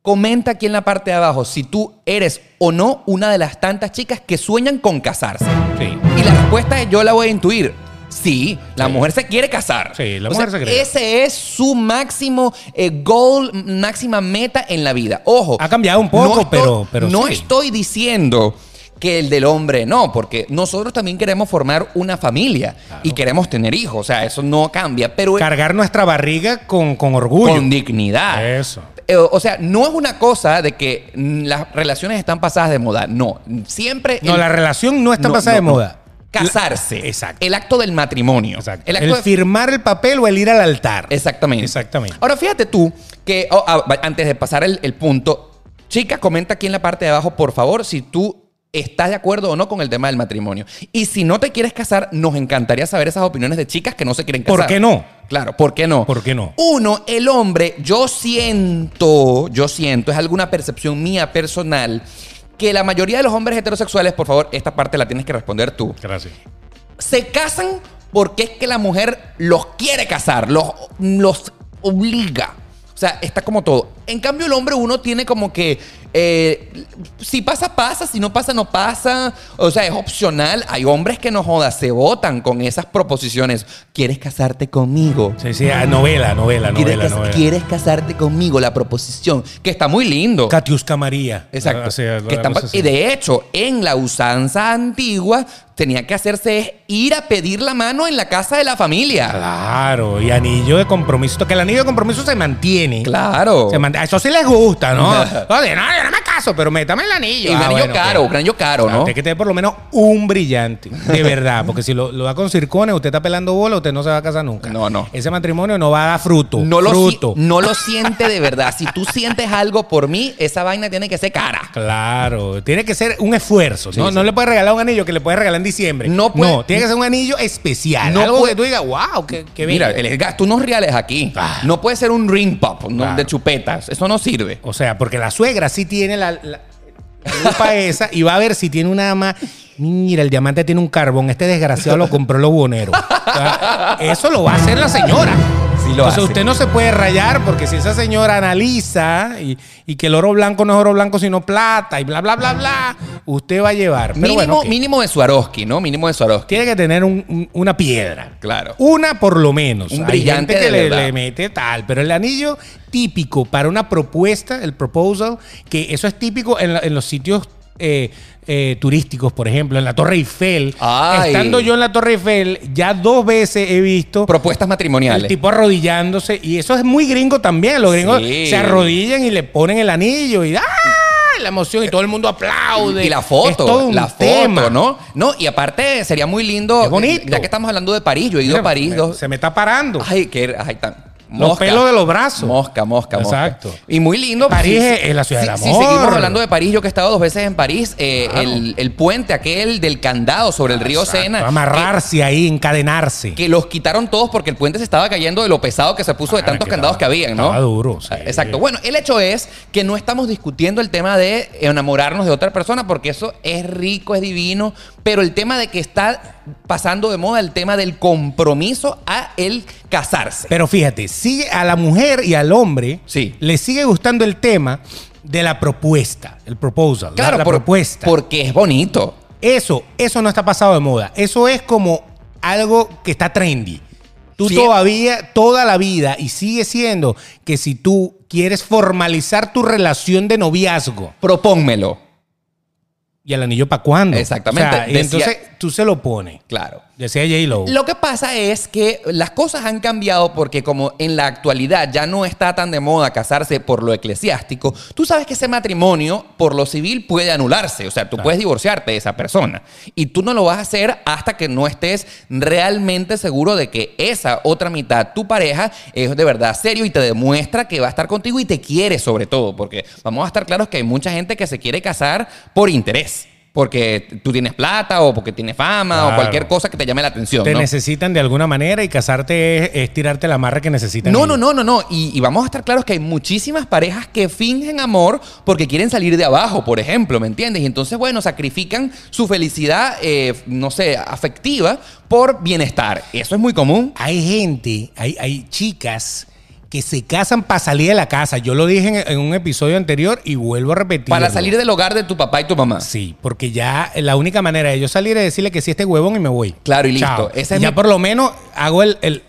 A: Comenta aquí en la parte de abajo si tú eres o no una de las tantas chicas que sueñan con casarse.
B: Sí.
A: Y la respuesta es, yo la voy a intuir. Sí, la
B: Sí.
A: mujer se quiere casar.
B: Sí, la
A: O
B: mujer
A: sea,
B: se quiere
A: Ese es su máximo eh, goal, máxima meta en la vida. Ojo.
B: Ha cambiado un poco,
A: estoy-
B: pero- pero
A: No
B: sí.
A: estoy diciendo que el del hombre no, porque nosotros también queremos formar una familia y queremos tener hijos. O sea, eso no cambia. Pero
B: Cargar nuestra barriga con, con orgullo.
A: pues con dignidad.
B: Eso.
A: Eh, O sea, no es una cosa de que mm, las relaciones están pasadas de moda. No, siempre...
B: No,
A: el-
B: la relación no está
A: No,
B: pasada
A: no,
B: de
A: no.
B: moda.
A: Casarse.
B: La- Exacto.
A: El acto del matrimonio.
B: Exacto.
A: El
B: El,
A: acto de-
B: firmar el papel o el ir al altar.
A: Exactamente.
B: Exactamente.
A: Ahora fíjate tú que, oh, ah, va- antes de pasar el, el punto, chica, comenta aquí en la parte de abajo, por favor, si tú estás de acuerdo o no con el tema del matrimonio. Y si no te quieres casar, nos encantaría saber esas opiniones de chicas que no se quieren
B: ¿Por
A: casar.
B: qué no?
A: Claro, ¿por qué no?
B: ¿Por qué no?
A: Uno, el hombre, yo siento, yo siento, es alguna percepción mía personal, que la mayoría de los hombres heterosexuales, por favor, esta parte la tienes que responder tú
B: Gracias.
A: se casan porque es que la mujer los quiere casar, los, los obliga. O sea, está como todo. En cambio, el hombre uno tiene como que eh, si pasa, pasa, si no pasa, no pasa. O sea, es opcional. Hay hombres que no jodas, se votan con esas proposiciones. ¿Quieres casarte conmigo?
B: Sí, sí, ah, novela, novela,
A: ¿Quieres,
B: novela,
A: cas-
B: novela.
A: quieres casarte conmigo? La proposición, que está muy lindo.
B: Katiuska María.
A: Exacto.
B: Ah, sí, algo
A: Que están pa-
B: así.
A: Y de hecho, en la usanza antigua, tenía que hacerse es ir a pedir la mano en la casa de la
B: Ah.
A: familia.
B: Claro, y anillo de compromiso. Que el anillo de compromiso se mantiene.
A: Claro.
B: Se mant- a eso sí les gusta, ¿no? Oye, no, yo no me caso, pero métame el anillo.
A: Y un
B: Ah,
A: anillo
B: bueno,
A: caro,
B: ok.
A: un anillo caro,
B: Ah,
A: ¿no?
B: Usted que tener por lo menos un brillante, de verdad, porque si lo, lo da con circones, usted está pelando bola, usted no se va a casar nunca.
A: No, no.
B: Ese matrimonio no va a dar fruto.
A: No lo, si-
B: fruto.
A: no lo siente de verdad. Si tú sientes algo por mí, esa vaina tiene que ser cara.
B: Claro, tiene que ser un esfuerzo. no,
A: sí.
B: no le puedes regalar un anillo que le puedes regalar en diciembre.
A: No puede-
B: tiene que ser un anillo especial.
A: No
B: algo
A: puede-
B: que tú digas, wow, qué, qué
A: Mira,
B: bello".
A: el- gasta unos reales aquí.
B: Ah.
A: No puede ser un ring pop ¿no?
B: Claro.
A: de chupetas. Eso no sirve.
B: O sea, porque la suegra sí tiene la, la, la lupa esa y va a ver si tiene una más. Mira, el diamante tiene un carbón. Este desgraciado lo compró los buhoneros. O sea, Eso lo va a hacer la señora.
A: Sí lo
B: Entonces
A: hace.
B: usted no se puede rayar porque si esa señora analiza y, y que el oro blanco no es oro blanco sino plata y bla, bla, bla, bla, usted va a llevar. Pero
A: mínimo,
B: bueno, ok.
A: mínimo de Swarovski, ¿no? Mínimo de Swarovski.
B: Tiene que tener un- un- una piedra.
A: Claro.
B: Una por lo menos.
A: Un brillante
B: gente que
A: de
B: le,
A: verdad.
B: le mete tal. Pero el anillo típico para una propuesta, el proposal, que eso es típico en, la- en los sitios. eh, eh, turísticos, por ejemplo, en la Torre Eiffel.
A: Ay.
B: Estando yo en la Torre Eiffel, ya dos veces he visto
A: Propuestas matrimoniales.
B: el tipo arrodillándose. Y eso es muy gringo también. Los gringos
A: Sí.
B: se arrodillan y le ponen el anillo y ¡ah! la emoción y todo el mundo aplaude.
A: Y la
B: Es todo
A: foto,
B: un
A: la foto,
B: tema.
A: ¿no? No, y aparte sería muy lindo. eh,
B: Es bonito.
A: Ya que estamos hablando de París, yo he ido
B: Mira,
A: a París
B: me-
A: dos.
B: Se me está parando.
A: Ay, qué. Ay, tan.
B: Los pelos de los brazos.
A: Mosca, mosca, mosca.
B: Exacto.
A: Y muy lindo. pues,
B: París
A: Sí,
B: es-
A: sí.
B: es la ciudad
A: Sí,
B: del
A: sí,
B: amor.
A: seguimos hablando de París. Yo que he estado dos veces en París, eh,
B: Claro.
A: el, el puente aquel del candado sobre el río
B: Exacto,
A: Sena.
B: Amarrarse ahí, encadenarse.
A: Que los quitaron todos porque el puente se estaba cayendo de lo pesado que se puso de
B: Ah,
A: tantos
B: que
A: candados
B: estaba-
A: que habían, ¿no? Ah,
B: estaba duro, sí.
A: Exacto. Bueno, el hecho es que no estamos discutiendo el tema de enamorarnos de otra persona porque eso es rico, es divino, pero el tema de que está pasando de moda el tema del compromiso a el casarse.
B: Pero fíjate, sigue a la mujer y al hombre
A: Sí.
B: le sigue gustando el tema de la propuesta, el proposal, la- la,
A: por-
B: propuesta.
A: Porque es bonito.
B: Eso, eso no está pasado de moda. Eso es como algo que está trendy. Tú
A: Sí.
B: todavía, toda la vida, y sigue siendo que si tú quieres formalizar tu relación de noviazgo,
A: Propónmelo.
B: ¿y el anillo para cuándo?
A: Exactamente.
B: O sea, y
A: Decía-
B: entonces tú se lo pones.
A: Claro.
B: Decía J-Lo.
A: Lo que pasa es que las cosas han cambiado porque como en la actualidad ya no está tan de moda casarse por lo eclesiástico, tú sabes que ese matrimonio por lo civil puede anularse, o sea, tú puedes divorciarte de esa persona y tú no lo vas a hacer hasta que no estés realmente seguro de que esa otra mitad, tu pareja, es de verdad serio y te demuestra que va a estar contigo y te quiere sobre todo, porque vamos a estar claros que hay mucha gente que se quiere casar por interés. Porque tú tienes plata o porque tienes fama o
B: Claro.
A: cualquier cosa que te llame la atención.
B: Te
A: ¿no?
B: necesitan de alguna manera y casarte es, es tirarte la amarra que necesitan.
A: No,
B: ellos.
A: no, no, no, no. Y, y vamos a estar claros que hay muchísimas parejas que fingen amor porque quieren salir de abajo, por ejemplo, ¿me entiendes? Y entonces, bueno, sacrifican su felicidad, eh, no sé, afectiva por bienestar. Eso es muy común.
B: Hay gente, hay, hay chicas que se casan para salir de la casa. Yo lo dije en, en un episodio anterior y vuelvo a repetir.
A: Para salir del hogar de tu papá y tu mamá.
B: Sí, porque ya la única manera de yo salir es decirle que sí este huevón y me voy.
A: Claro, y
B: Chao.
A: listo. Ese es
B: ya
A: mi-
B: por lo menos hago el, el-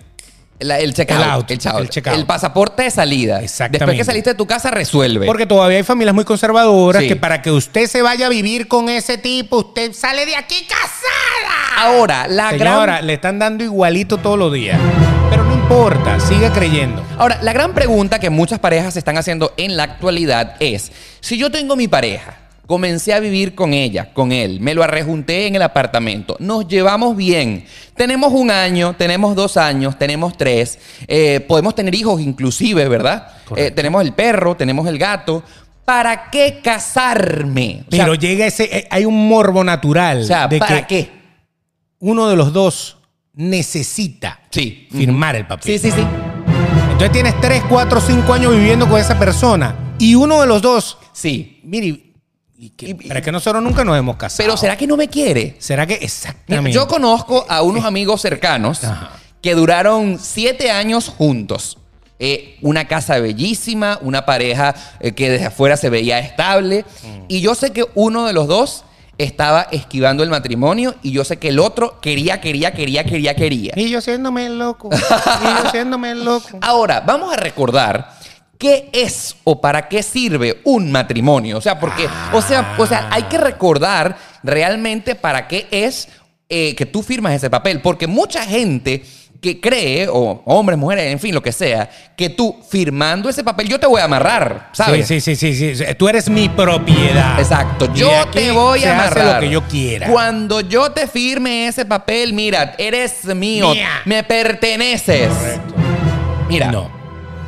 A: La- el check
B: El
A: out.
B: out,
A: el check out.
B: el check out.
A: El pasaporte de salida.
B: Exactamente.
A: Después que saliste de tu casa, resuelve.
B: Porque todavía hay familias muy conservadoras
A: Sí.
B: que para que usted se vaya a vivir con ese tipo, usted sale de aquí casada.
A: Ahora, la gran
B: Señora, le están dando igualito todos los días. Pero no importa, siga creyendo.
A: Ahora, la gran pregunta que muchas parejas se están haciendo en la actualidad es, si yo tengo mi pareja, comencé a vivir con ella, con él, me lo arrejunté en el apartamento, nos llevamos bien, tenemos un año, tenemos dos años, tenemos tres, eh, podemos tener hijos inclusive, ¿verdad?
B: Correcto.
A: Eh, tenemos el perro, tenemos el gato. ¿Para qué casarme? O sea,
B: Pero llega ese, eh, hay un morbo natural
A: o sea,
B: de
A: ¿para
B: que
A: qué?
B: uno de los dos necesita
A: Sí.
B: firmar el papel.
A: Sí, sí, sí.
B: Entonces tienes 3, 4, 5 años viviendo con esa persona y uno de los dos,
A: Sí.
B: mire, y que-
A: Y-
B: pero es que nosotros nunca nos hemos casado.
A: Pero ¿será que no me quiere?
B: ¿Será que
A: Mira,
B: exactamente?
A: Yo conozco a unos amigos cercanos
B: Ajá.
A: que duraron siete años juntos. Eh, una casa bellísima, una pareja eh, que desde afuera se veía estable. Y yo sé que uno de los dos estaba esquivando el matrimonio y yo sé que el otro quería, quería, quería, quería, quería.
B: Y yo siéndome loco. y yo siéndome loco.
A: Ahora, vamos a recordar qué es o para qué sirve un matrimonio. O sea, porque, o sea, o sea, hay que recordar realmente para qué es eh, que tú firmas ese papel. Porque mucha gente que cree, o hombres, mujeres, en fin, lo que sea, que tú firmando ese papel, yo te voy a amarrar, ¿sabes?
B: Sí, sí, sí, sí, sí. Tú eres mi propiedad.
A: Exacto,
B: Y
A: yo
B: de aquí
A: te voy
B: se
A: a
B: hace
A: amarrar.
B: lo que yo quiera.
A: Cuando yo te firme ese papel, mira, eres mío,
B: Mía.
A: me perteneces.
B: Correcto.
A: Mira,
B: No.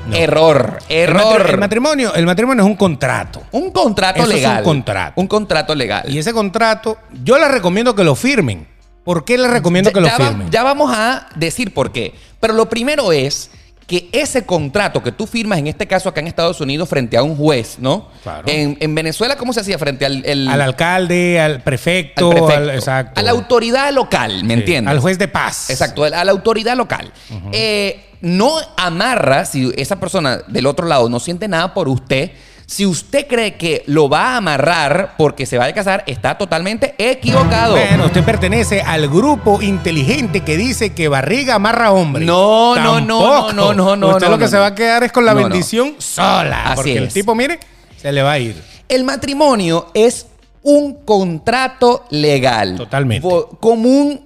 B: no.
A: error,
B: El matri-
A: error.
B: El matrimonio, el matrimonio es un contrato.
A: Un contrato
B: Eso es
A: legal.
B: un contrato.
A: Un contrato legal.
B: Y ese contrato, yo les recomiendo que lo firmen. ¿Por qué les recomiendo que lo
A: ya, va-
B: firmen?
A: ya vamos a decir por qué. Pero lo primero es que ese contrato que tú firmas, en este caso acá en Estados Unidos, frente a un juez, ¿no?
B: Claro.
A: En, en Venezuela, ¿cómo se hacía? Frente al, el-
B: Al alcalde, al
A: al
B: prefecto, al,
A: prefecto,
B: exacto.
A: a la autoridad local, ¿me
B: Sí,
A: entiendes?
B: Al juez de paz.
A: Exacto, a la autoridad local. Eh, no amarra, si esa persona del otro lado no siente nada por usted, si usted cree que lo va a amarrar porque se va a casar, está totalmente equivocado.
B: Bueno, usted pertenece al grupo inteligente que dice que barriga amarra hombre.
A: No, no, no,
B: Tampoco.
A: no, no, no,
B: Usted
A: no,
B: lo que
A: no,
B: se
A: no.
B: va a quedar es con la
A: No, no.
B: bendición sola.
A: Así
B: porque el
A: es.
B: tipo, mire, se le va a ir.
A: El matrimonio es un contrato legal.
B: Totalmente.
A: Vo- Común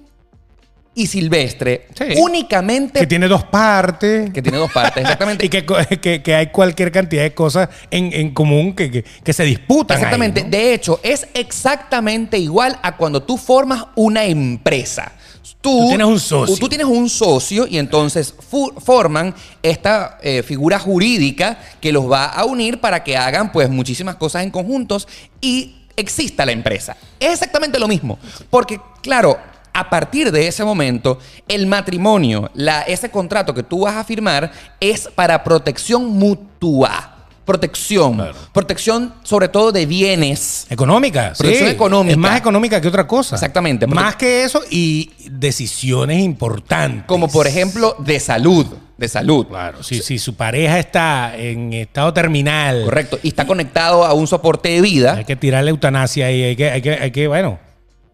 A: y silvestre.
B: Sí.
A: Únicamente
B: Que tiene dos partes.
A: que tiene dos partes, exactamente.
B: y que, co- que- que hay cualquier cantidad de cosas en, en común que, que- que se disputan. ahí,
A: Exactamente.
B: ¿no?
A: De hecho, es exactamente igual a cuando tú formas una empresa. Tú,
B: Tú tienes un socio.
A: Tú tienes un socio y entonces fu- forman esta eh, figura jurídica que los va a unir para que hagan pues muchísimas cosas en conjuntos y exista la empresa. Es exactamente lo mismo. Porque, claro, a partir de ese momento, el matrimonio, la, ese contrato que tú vas a firmar es para protección mutua. Protección.
B: Claro.
A: Protección sobre todo de bienes.
B: Económica.
A: Producción económica.
B: Es más económica que otra cosa.
A: Exactamente, porque-
B: Más que eso y decisiones importantes.
A: Como por ejemplo de salud. De salud.
B: Claro, si, si su pareja está en estado terminal,
A: Correcto. Y está conectado a un soporte de vida.
B: hay que tirar la eutanasia y hay que, hay que, hay que bueno,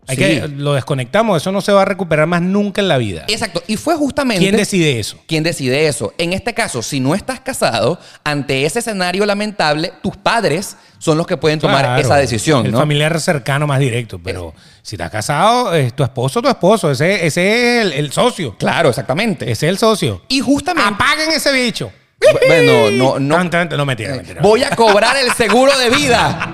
B: hay
A: Sí.
B: que, lo desconectamos, eso no se va a recuperar más nunca en la vida.
A: Exacto. Y fue justamente.
B: ¿Quién decide eso?
A: ¿Quién decide eso? En este caso, si no estás casado, ante ese escenario lamentable, tus padres son los que pueden tomar
B: Claro,
A: esa decisión,
B: El
A: ¿no?
B: familiar cercano más directo, pero si estás casado, es tu esposo, tu esposo, ese, ese es el, el socio,
A: Claro, exactamente.
B: ese es el socio.
A: Y justamente.
B: Apaguen ese bicho.
A: Bueno, no, no. Eh,
B: Tan, tan, tan, no mentira, mentira.
A: Voy a cobrar el seguro de vida.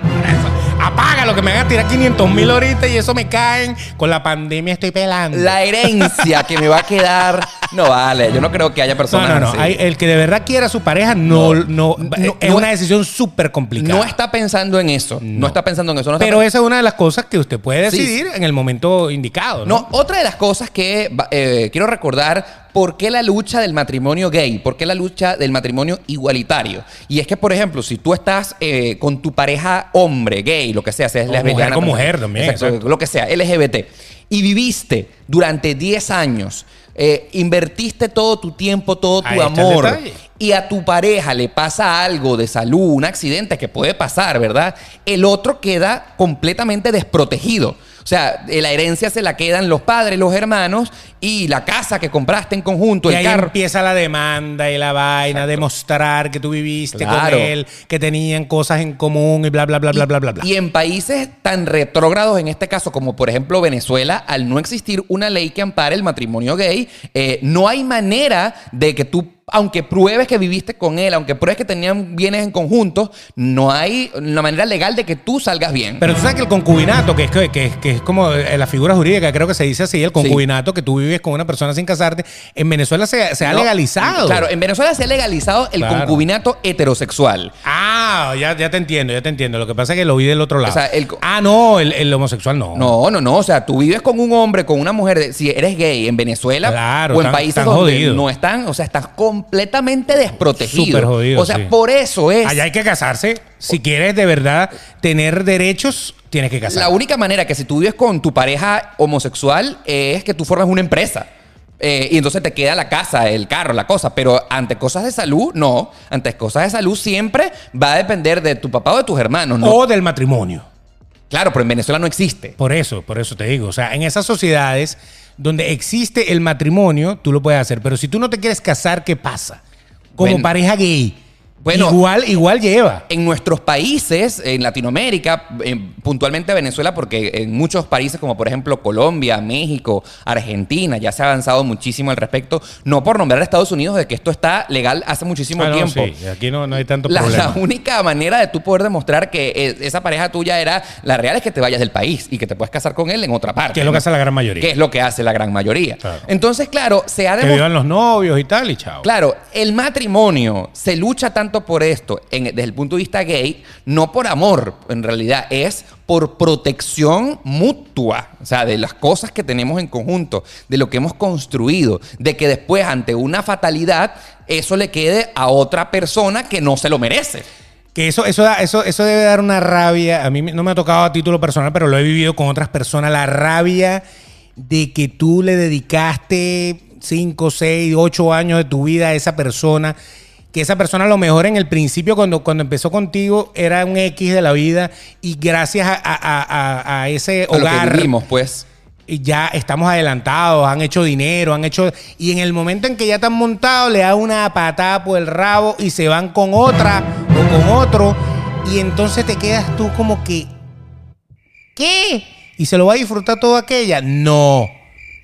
B: Apaga lo que me haga tirar 500 mil ahorita y eso me caen. Con la pandemia estoy pelando.
A: La herencia que me va a quedar. No vale, yo no creo que haya
B: No,
A: personas.
B: no, no.
A: así.
B: Hay- el que de verdad quiera a su pareja no, no,
A: no,
B: es
A: no-
B: una decisión súper complicada.
A: No está pensando en eso. No, está pensando en eso. No está
B: pero
A: pe-
B: esa es una de las cosas que usted puede
A: Sí,
B: decidir en el momento indicado.
A: No,
B: No,
A: otra de las cosas que va- eh, quiero recordar, ¿por qué la lucha del matrimonio gay? ¿Por qué la lucha del matrimonio igualitario? Y es que, por ejemplo, si tú estás eh, con tu pareja hombre, gay, lo que sea, sea
B: O mujer
A: lesbiana,
B: con
A: trans-
B: mujer también, exacto.
A: lo que sea, LGBT, y viviste durante 10 años, eh, invertiste todo tu tiempo, todo tu
B: Ahí está el
A: amor,
B: detalle.
A: y a tu pareja le pasa algo de salud, un accidente que puede pasar, ¿verdad? El otro queda completamente desprotegido. O sea, eh, la herencia se la quedan los padres, los hermanos y la casa que compraste en conjunto,
B: y
A: el
B: ahí
A: carro.
B: empieza la demanda y la vaina, demostrar que tú viviste
A: Claro.
B: con él, que tenían cosas en común y bla, bla, bla, bla, bla, bla. bla.
A: Y en países tan retrógrados en este caso, como por ejemplo Venezuela, al no existir una ley que ampare el matrimonio gay, eh, no hay manera de que tú, aunque pruebes que viviste con él, aunque pruebes que tenían bienes en conjunto, no hay una manera legal de que tú salgas bien.
B: Pero tú sabes que el concubinato, que es, que, que- que es como eh, la figura jurídica, creo que se dice así, el concubinato que tú vives con una persona sin casarte, en Venezuela se, se ha
A: No,
B: legalizado.
A: Claro, en Venezuela se ha legalizado el
B: Claro.
A: concubinato heterosexual.
B: Ah, ya, ya te entiendo, ya te entiendo. Lo que pasa es que lo vi del otro lado.
A: O sea, el co-
B: ah, no, el, el homosexual no.
A: No, no, no. O sea, tú vives con un hombre, con una mujer. de- Si eres gay en Venezuela
B: Claro,
A: o en
B: están-
A: países
B: están
A: donde
B: jodidos.
A: no están, o sea, estás completamente desprotegido.
B: Súper jodido,
A: O sea,
B: sí.
A: por eso es.
B: Allá hay que casarse. Si quieres de verdad tener derechos, tienes que
A: La
B: casarte.
A: única manera que si tú vives con tu pareja homosexual eh, es que tú formas una empresa. Eh, y entonces te queda la casa, el carro, la cosa. Pero ante cosas de salud, no. Ante cosas de salud siempre va a depender de tu papá o de tus hermanos. ¿no?
B: O del matrimonio.
A: Claro, pero en Venezuela no existe.
B: Por eso, por eso te digo. O sea, en esas sociedades donde existe el matrimonio, tú lo puedes hacer. Pero si tú no te quieres casar, ¿qué pasa? Como
A: Bueno.
B: pareja gay.
A: Bueno.
B: igual, igual lleva.
A: En nuestros países, en Latinoamérica, en- puntualmente Venezuela, porque en muchos países como por ejemplo Colombia, México, Argentina, ya se ha avanzado muchísimo al respecto, no por nombrar a Estados Unidos de que esto está legal hace muchísimo
B: Ah, no,
A: tiempo.
B: sí, Aquí no, no hay tanto
A: La, la
B: problema.
A: única manera de tú poder demostrar que eh, esa pareja tuya era la real es que te vayas del país y que te puedes casar con él en otra parte.
B: Que es lo
A: ¿no?
B: que hace la gran mayoría.
A: Que es lo que hace la gran mayoría.
B: Claro.
A: Entonces, claro, se ha
B: Que
A: demostrado...
B: vivan los novios y tal, y chao.
A: Claro, el matrimonio se lucha tanto por esto, en- desde el punto de vista gay, no por amor, en realidad, es por protección mutua, o sea, de las cosas que tenemos en conjunto, de lo que hemos construido, de que después, ante una fatalidad, eso le quede a otra persona que no se lo merece.
B: Que eso, eso, da- eso, eso debe dar una rabia. A mí me- no me ha tocado a título personal, pero lo he vivido con otras personas. La rabia de que tú le dedicaste 5, 6, 8 años de tu vida a esa persona. Que esa persona a lo mejor en el principio, cuando, cuando empezó contigo, era un X de la vida y gracias a, a- a- a- a ese
A: A lo que
B: hogar
A: vivimos, pues.
B: y ya estamos adelantados, han hecho dinero, han hecho. Y en el momento en que ya están montados, le da una patada por el rabo y se van con otra o con otro. Y entonces te quedas tú como que. ¿Qué? ¿Y se lo va a disfrutar todo aquella? No.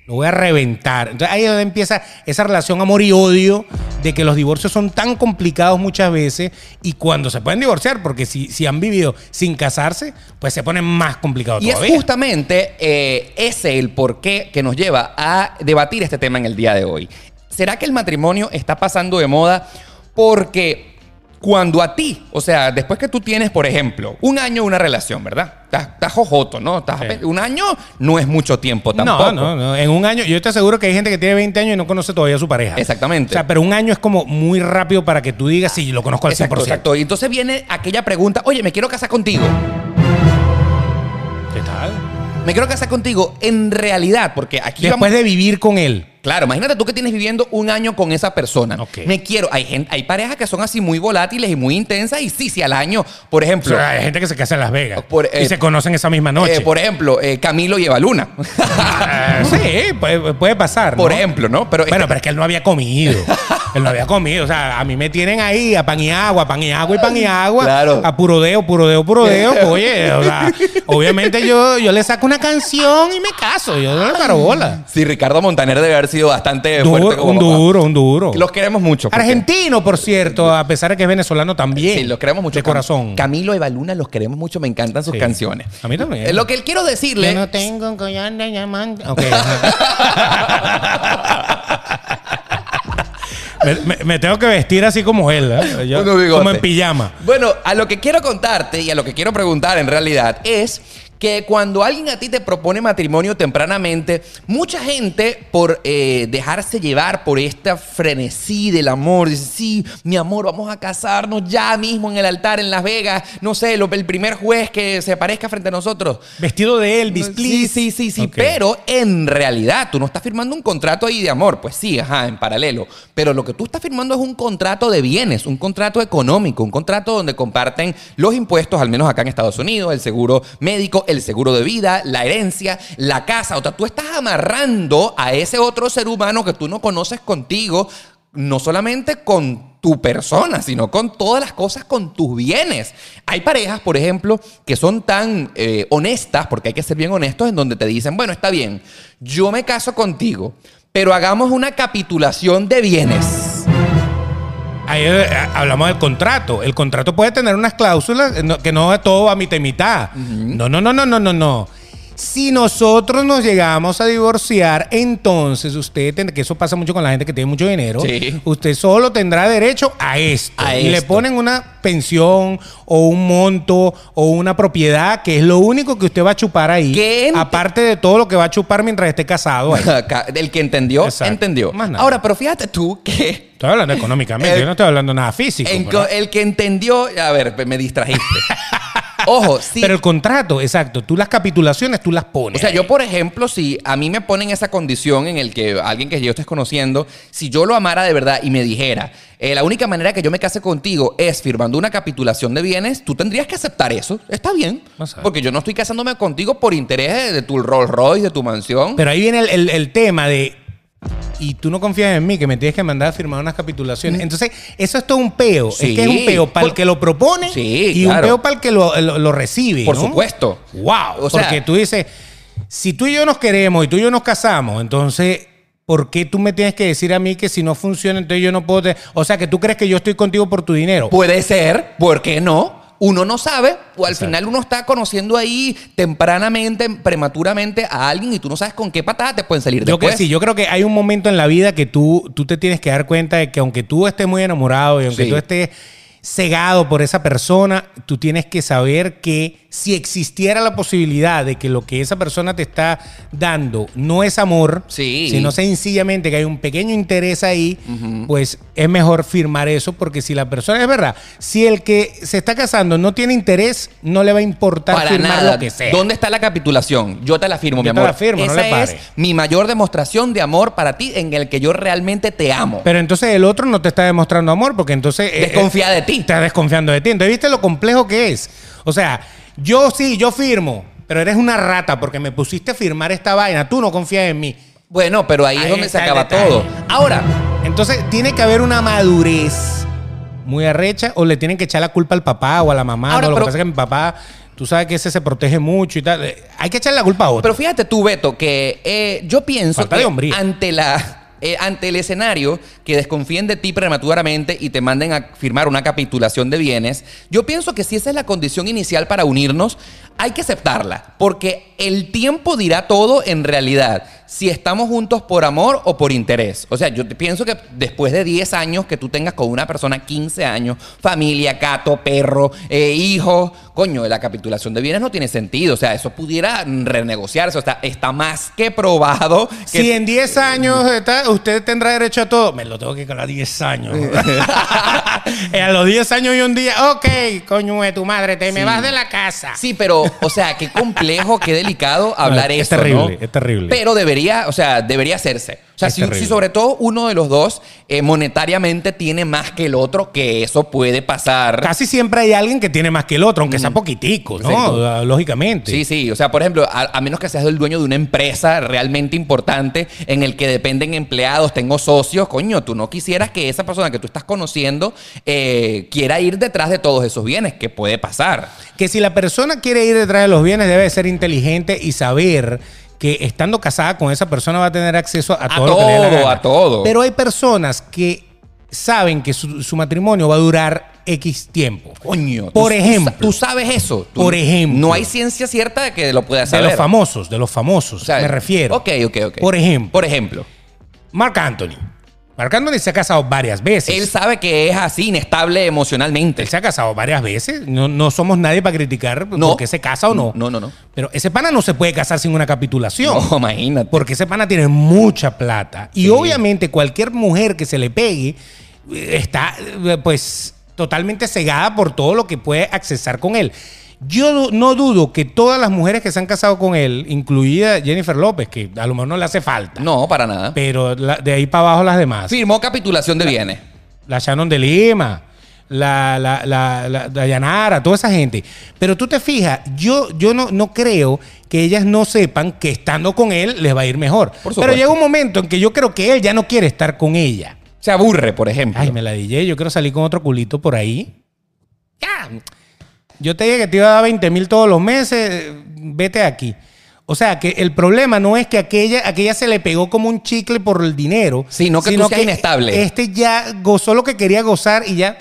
B: Lo voy a reventar. Entonces ahí es donde empieza esa relación amor y odio de que los divorcios son tan complicados muchas veces y cuando se pueden divorciar, porque si, si han vivido sin casarse, pues se ponen más complicados
A: Y es
B: Ah, todavía.
A: justamente eh, ese el porqué que nos lleva a debatir este tema en el día de hoy. ¿Será que el matrimonio está pasando de moda porque cuando a ti, o sea, después que tú tienes, por ejemplo, un año de una relación, ¿verdad? Estás, estás jojoto, ¿no? Estás
B: Sí.
A: ape- Un año no es mucho tiempo tampoco.
B: No, no, no. En un año, yo te aseguro que hay gente que tiene 20 años y no conoce todavía a su pareja.
A: Exactamente.
B: O sea, pero un año es como muy rápido para que tú digas si lo conozco al
A: Exacto,
B: 100%.
A: exacto. Y entonces viene aquella pregunta, oye, me quiero casar contigo.
B: ¿Qué tal?
A: Me quiero casar contigo en realidad, porque aquí vamos-
B: Después de vivir con él.
A: Claro, imagínate tú que tienes viviendo un año con esa persona.
B: Ok.
A: Me quiero. Hay, gen- hay parejas que son así muy volátiles y muy intensas. Y sí, sí, al año, por
B: O
A: ejemplo.
B: sea, hay gente que se casa en Las Vegas
A: Por, eh,
B: y se conocen esa misma noche.
A: eh, por ejemplo, eh, Camilo y Evaluna.
B: Ah, sí, puede, puede pasar.
A: por
B: ¿no?
A: ejemplo, ¿no? Pero,
B: Bueno, pero es que él no había comido. él no había comido. O sea, a mí me tienen ahí a pan y agua, pan y agua y pan y agua.
A: Claro.
B: A puro deo, puro deo, puro deo. Oye, o sea, obviamente yo, yo le saco una canción y me caso. Yo no le paro bola.
A: sí, Ricardo Montaner debe haber sido bastante fuerte
B: Duro,
A: como
B: un
A: papá.
B: duro, un duro.
A: Los queremos mucho. porque-
B: Argentino, por cierto, a pesar de que es venezolano también.
A: Sí, los queremos mucho.
B: De corazón.
A: Camilo y Baluna los queremos mucho, me encantan sus
B: Sí.
A: canciones.
B: A mí también.
A: Eh, Lo que quiero decirle.
B: Yo no tengo un collar de diamante. Ok, ajá. me, me- me tengo que vestir así como él, ¿eh? Yo-
A: Uno bigote.
B: como en pijama.
A: Bueno, a lo que quiero contarte y a lo que quiero preguntar en realidad es que cuando alguien a ti te propone matrimonio tempranamente, mucha gente por eh, dejarse llevar por esta frenesí del amor, dice, sí, mi amor, vamos a casarnos ya mismo en el altar en Las Vegas, no sé, lo- el primer juez que se aparezca frente a nosotros.
B: Vestido de Elvis,
A: Sí,
B: please.
A: sí, sí, sí,
B: Ok.
A: pero en realidad tú no estás firmando un contrato ahí de amor, pues sí, ajá, en paralelo, pero lo que tú estás firmando es un contrato de bienes, un contrato económico, un contrato donde comparten los impuestos, al menos acá en Estados Unidos, el seguro médico, el seguro de vida, la herencia, la casa, o sea, tú estás amarrando a ese otro ser humano que tú no conoces contigo, no solamente con tu persona, sino con todas las cosas, con tus bienes. Hay parejas, por ejemplo, que son tan eh, honestas, porque hay que ser bien honestos, en donde te dicen, bueno, está bien, yo me caso contigo, pero hagamos una capitulación de bienes.
B: Ahí eh, hablamos del contrato. El contrato puede tener unas cláusulas eh, no- que no es todo a mitad y mitad. No, no, no, no, no, no, no. Si nosotros nos llegamos a divorciar, entonces usted tendrá, que eso pasa mucho con la gente que tiene mucho dinero,
A: Sí.
B: usted solo tendrá derecho a esto.
A: A
B: y le
A: esto.
B: ponen una pensión o un monto o una propiedad que es lo único que usted va a chupar ahí.
A: ¿Qué?
B: Aparte de todo lo que va a chupar mientras esté casado ahí.
A: Ca- El que entendió,
B: Exacto.
A: entendió.
B: Más nada.
A: Ahora, pero fíjate tú que
B: Estoy hablando económicamente,
A: Eh,
B: yo no estoy hablando nada físico.
A: en
B: ¿verdad?
A: co- el que entendió, a ver, me distrajiste. Ojo, sí.
B: Pero el contrato, exacto. Tú las capitulaciones, tú las
A: O
B: pones.
A: sea, yo, por ejemplo, si a mí me ponen esa condición en el que alguien que yo estés conociendo, si yo lo amara de verdad y me dijera, eh, la única manera que yo me case contigo es firmando una capitulación de bienes, tú tendrías que aceptar eso. Está bien.
B: Exacto.
A: Porque yo no estoy casándome contigo por interés de, de tu Rolls Royce, de tu mansión.
B: Pero ahí viene el, el- el tema de. Y tú no confías en mí, que me tienes que mandar a firmar unas capitulaciones. Entonces, eso es todo un peo.
A: Mm. Sí.
B: Es que es un peo para el
A: Por-
B: que lo propone
A: Sí,
B: y
A: claro.
B: un peo para el que lo, lo- lo recibe.
A: Por
B: ¿no?
A: supuesto.
B: ¡Wow!
A: O sea-
B: Porque tú dices, si tú y yo nos queremos y tú y yo nos casamos, entonces. ¿Por qué tú me tienes que decir a mí que si no funciona, entonces yo no puedo... te- O sea, que tú crees que yo estoy contigo por tu dinero.
A: Puede ser, ¿por qué no? Uno no sabe, o al final uno está conociendo ahí tempranamente, prematuramente a alguien y tú no sabes con qué patada te pueden salir
B: Yo creo
A: después.
B: que sí, yo creo que hay un momento en la vida que tú, tú te tienes que dar cuenta de que aunque tú estés muy enamorado y aunque
A: Sí.
B: tú estés cegado por esa persona, tú tienes que saber que si existiera la posibilidad de que lo que esa persona te está dando no es amor,
A: Sí.
B: sino sencillamente que hay un pequeño interés ahí, pues es mejor firmar eso porque si la persona es verdad, si el que se está casando no tiene interés, no le va a importar
A: Para
B: firmar
A: nada.
B: lo que sea.
A: ¿Dónde está la capitulación? Yo te la firmo,
B: Yo
A: mi
B: te
A: amor.
B: la firmo, no
A: Esa
B: le
A: es
B: pare.
A: mi mayor demostración de amor para ti en el que yo realmente te amo.
B: Pero entonces el otro no te está demostrando amor porque entonces... eh,
A: Desconfía
B: eh,
A: de ti.
B: Está desconfiando de ti. Entonces, ¿viste lo complejo que es? O sea, yo sí, yo firmo, pero eres una rata porque me pusiste a firmar esta vaina. Tú no confías en mí.
A: Bueno, pero ahí, es
B: Ahí
A: donde se
B: está el
A: acaba
B: detalle.
A: todo. Ahora,
B: Entonces, tiene que haber una madurez muy arrecha o le tienen que echar la culpa al papá o a la mamá.
A: Ahora,
B: no, lo
A: pero-
B: que pasa es que mi papá, tú sabes que ese se protege mucho y tal. Eh, Hay que echar la culpa a otro.
A: pero fíjate tú, Beto, que eh, yo pienso
B: Falta
A: que
B: de hombría.
A: ante la. eh, ante el escenario que desconfíen de ti prematuramente y te manden a firmar una capitulación de bienes, yo pienso que si esa es la condición inicial para unirnos, hay que aceptarla, porque el tiempo dirá todo en realidad, si estamos juntos por amor o por interés. O sea, yo te- pienso que después de 10 años que tú tengas con una persona 15 años, familia, gato, perro, eh, hijo, coño, la capitulación de bienes no tiene sentido, o sea, eso pudiera renegociarse, o sea, está más que probado que
B: si en 10 años está- usted tendrá derecho a todo, me lo tengo que calar 10 años. Eh, a los 10 años y un día, ok, coño de tu madre, te me vas de la casa.
A: Sí, pero, o sea, qué complejo, qué delicado hablar
B: es
A: eso.
B: terrible,
A: ¿no?
B: es terrible.
A: Pero debería, o sea, debería hacerse. O sea,
B: Es
A: si,
B: terrible.
A: si sobre todo uno de los dos eh, monetariamente tiene más que el otro, que eso puede pasar.
B: Casi siempre hay alguien que tiene más que el otro, aunque sea poquitico, ¿no?
A: Exacto.
B: Lógicamente.
A: Sí, sí. O sea, por ejemplo, a, a menos que seas el dueño de una empresa realmente importante en el que dependen empleados, tengo socios, coño, tú no quisieras que esa persona que tú estás conociendo eh, quiera ir detrás de todos esos bienes, que puede pasar.
B: Que si la persona quiere ir detrás de los bienes, debe ser inteligente y saber que estando casada con esa persona va a tener acceso a,
A: A
B: todo, lo que le dé la
A: todo,
B: gana.
A: a todo.
B: Pero hay personas que saben que su, su matrimonio va a durar X tiempo.
A: Coño. tú-
B: Por
A: tú
B: ejemplo.
A: sa- Tú, sabes eso. Tú-
B: Por ejemplo.
A: No hay ciencia cierta de que lo puedas
B: De
A: saber.
B: los famosos, de los famosos,
A: O sea,
B: me refiero.
A: Ok, ok, ok.
B: Por ejemplo.
A: Por ejemplo.
B: Mark Anthony. Mark Anthony se ha casado varias veces.
A: Él sabe que es así, inestable emocionalmente.
B: Él se ha casado varias veces. No, no somos nadie para criticar
A: No.
B: por qué se casa o no.
A: No, no, no.
B: Pero ese pana no se puede casar sin una capitulación.
A: No, imagínate.
B: Porque ese pana tiene mucha plata. Y
A: Sí.
B: obviamente cualquier mujer que se le pegue eh, está eh, pues totalmente cegada por todo lo que puede accesar con él. Yo du- no dudo que todas las mujeres que se han casado con él, incluida Jennifer López, que a lo mejor no le hace falta,
A: No, para nada.
B: pero la- de ahí para abajo las demás.
A: Firmó capitulación de bienes.
B: La Shannon de Lima, la, la, la, la Dayanara, toda esa gente. Pero tú te fijas, yo, yo no, no creo que ellas no sepan que estando con él les va a ir mejor.
A: supuesto.
B: Pero llega un momento en que yo creo que él ya no quiere estar con ella.
A: Se aburre, por ejemplo.
B: Ay, me la DJ, yo quiero salir con otro culito por ahí. Ya. Yo te dije que te iba a dar 20 mil todos los meses, vete de aquí. O sea, que el problema no es que aquella, aquella se le pegó como un chicle por el dinero.
A: Sino que tú seas inestable.
B: Este ya gozó lo que quería gozar y ya,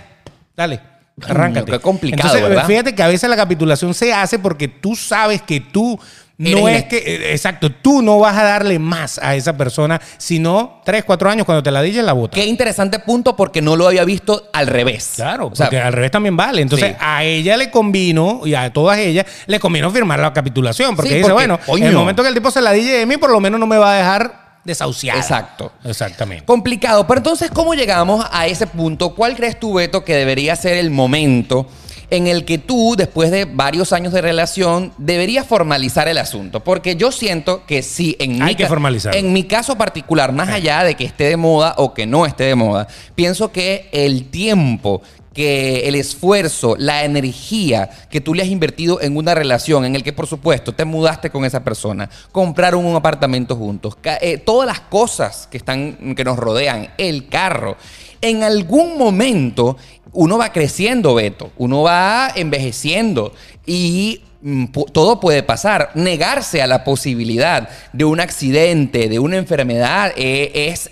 B: dale, arráncate.
A: qué complicado,
B: Entonces,
A: ¿verdad?
B: Fíjate que a veces la capitulación se hace porque tú sabes que tú no
A: Eres
B: es que, eh, exacto, tú no vas a darle más a esa persona, sino 3, 4 años cuando te la DJ la bota.
A: Qué interesante punto porque no lo había visto al revés.
B: Claro,
A: O sea,
B: porque al revés también vale. Entonces,
A: Sí.
B: a ella le convino y a todas ellas le convino firmar la capitulación. Porque
A: Sí,
B: dice,
A: porque,
B: bueno,
A: coño.
B: en el momento que el tipo se la dije de mí, por lo menos no me va a dejar desahuciar.
A: Exacto.
B: Exactamente.
A: Complicado. Pero entonces, ¿cómo llegamos a ese punto? ¿Cuál crees tú, Beto, que debería ser el momento en el que tú, después de varios años de relación, deberías formalizar el asunto? Porque yo siento que si en
B: Hay
A: mi
B: que
A: ca-
B: formalizarlo.
A: En mi caso particular, más allá de que esté de moda o que no esté de moda, pienso que el tiempo que el esfuerzo, la energía que tú le has invertido en una relación en el que por supuesto te mudaste con esa persona, compraron un apartamento juntos, ca- eh, todas las cosas que están que nos rodean, el carro, en algún momento uno va creciendo, Beto, uno va envejeciendo y mm, pu- todo puede pasar. Negarse a la posibilidad de un accidente, de una enfermedad, eh, es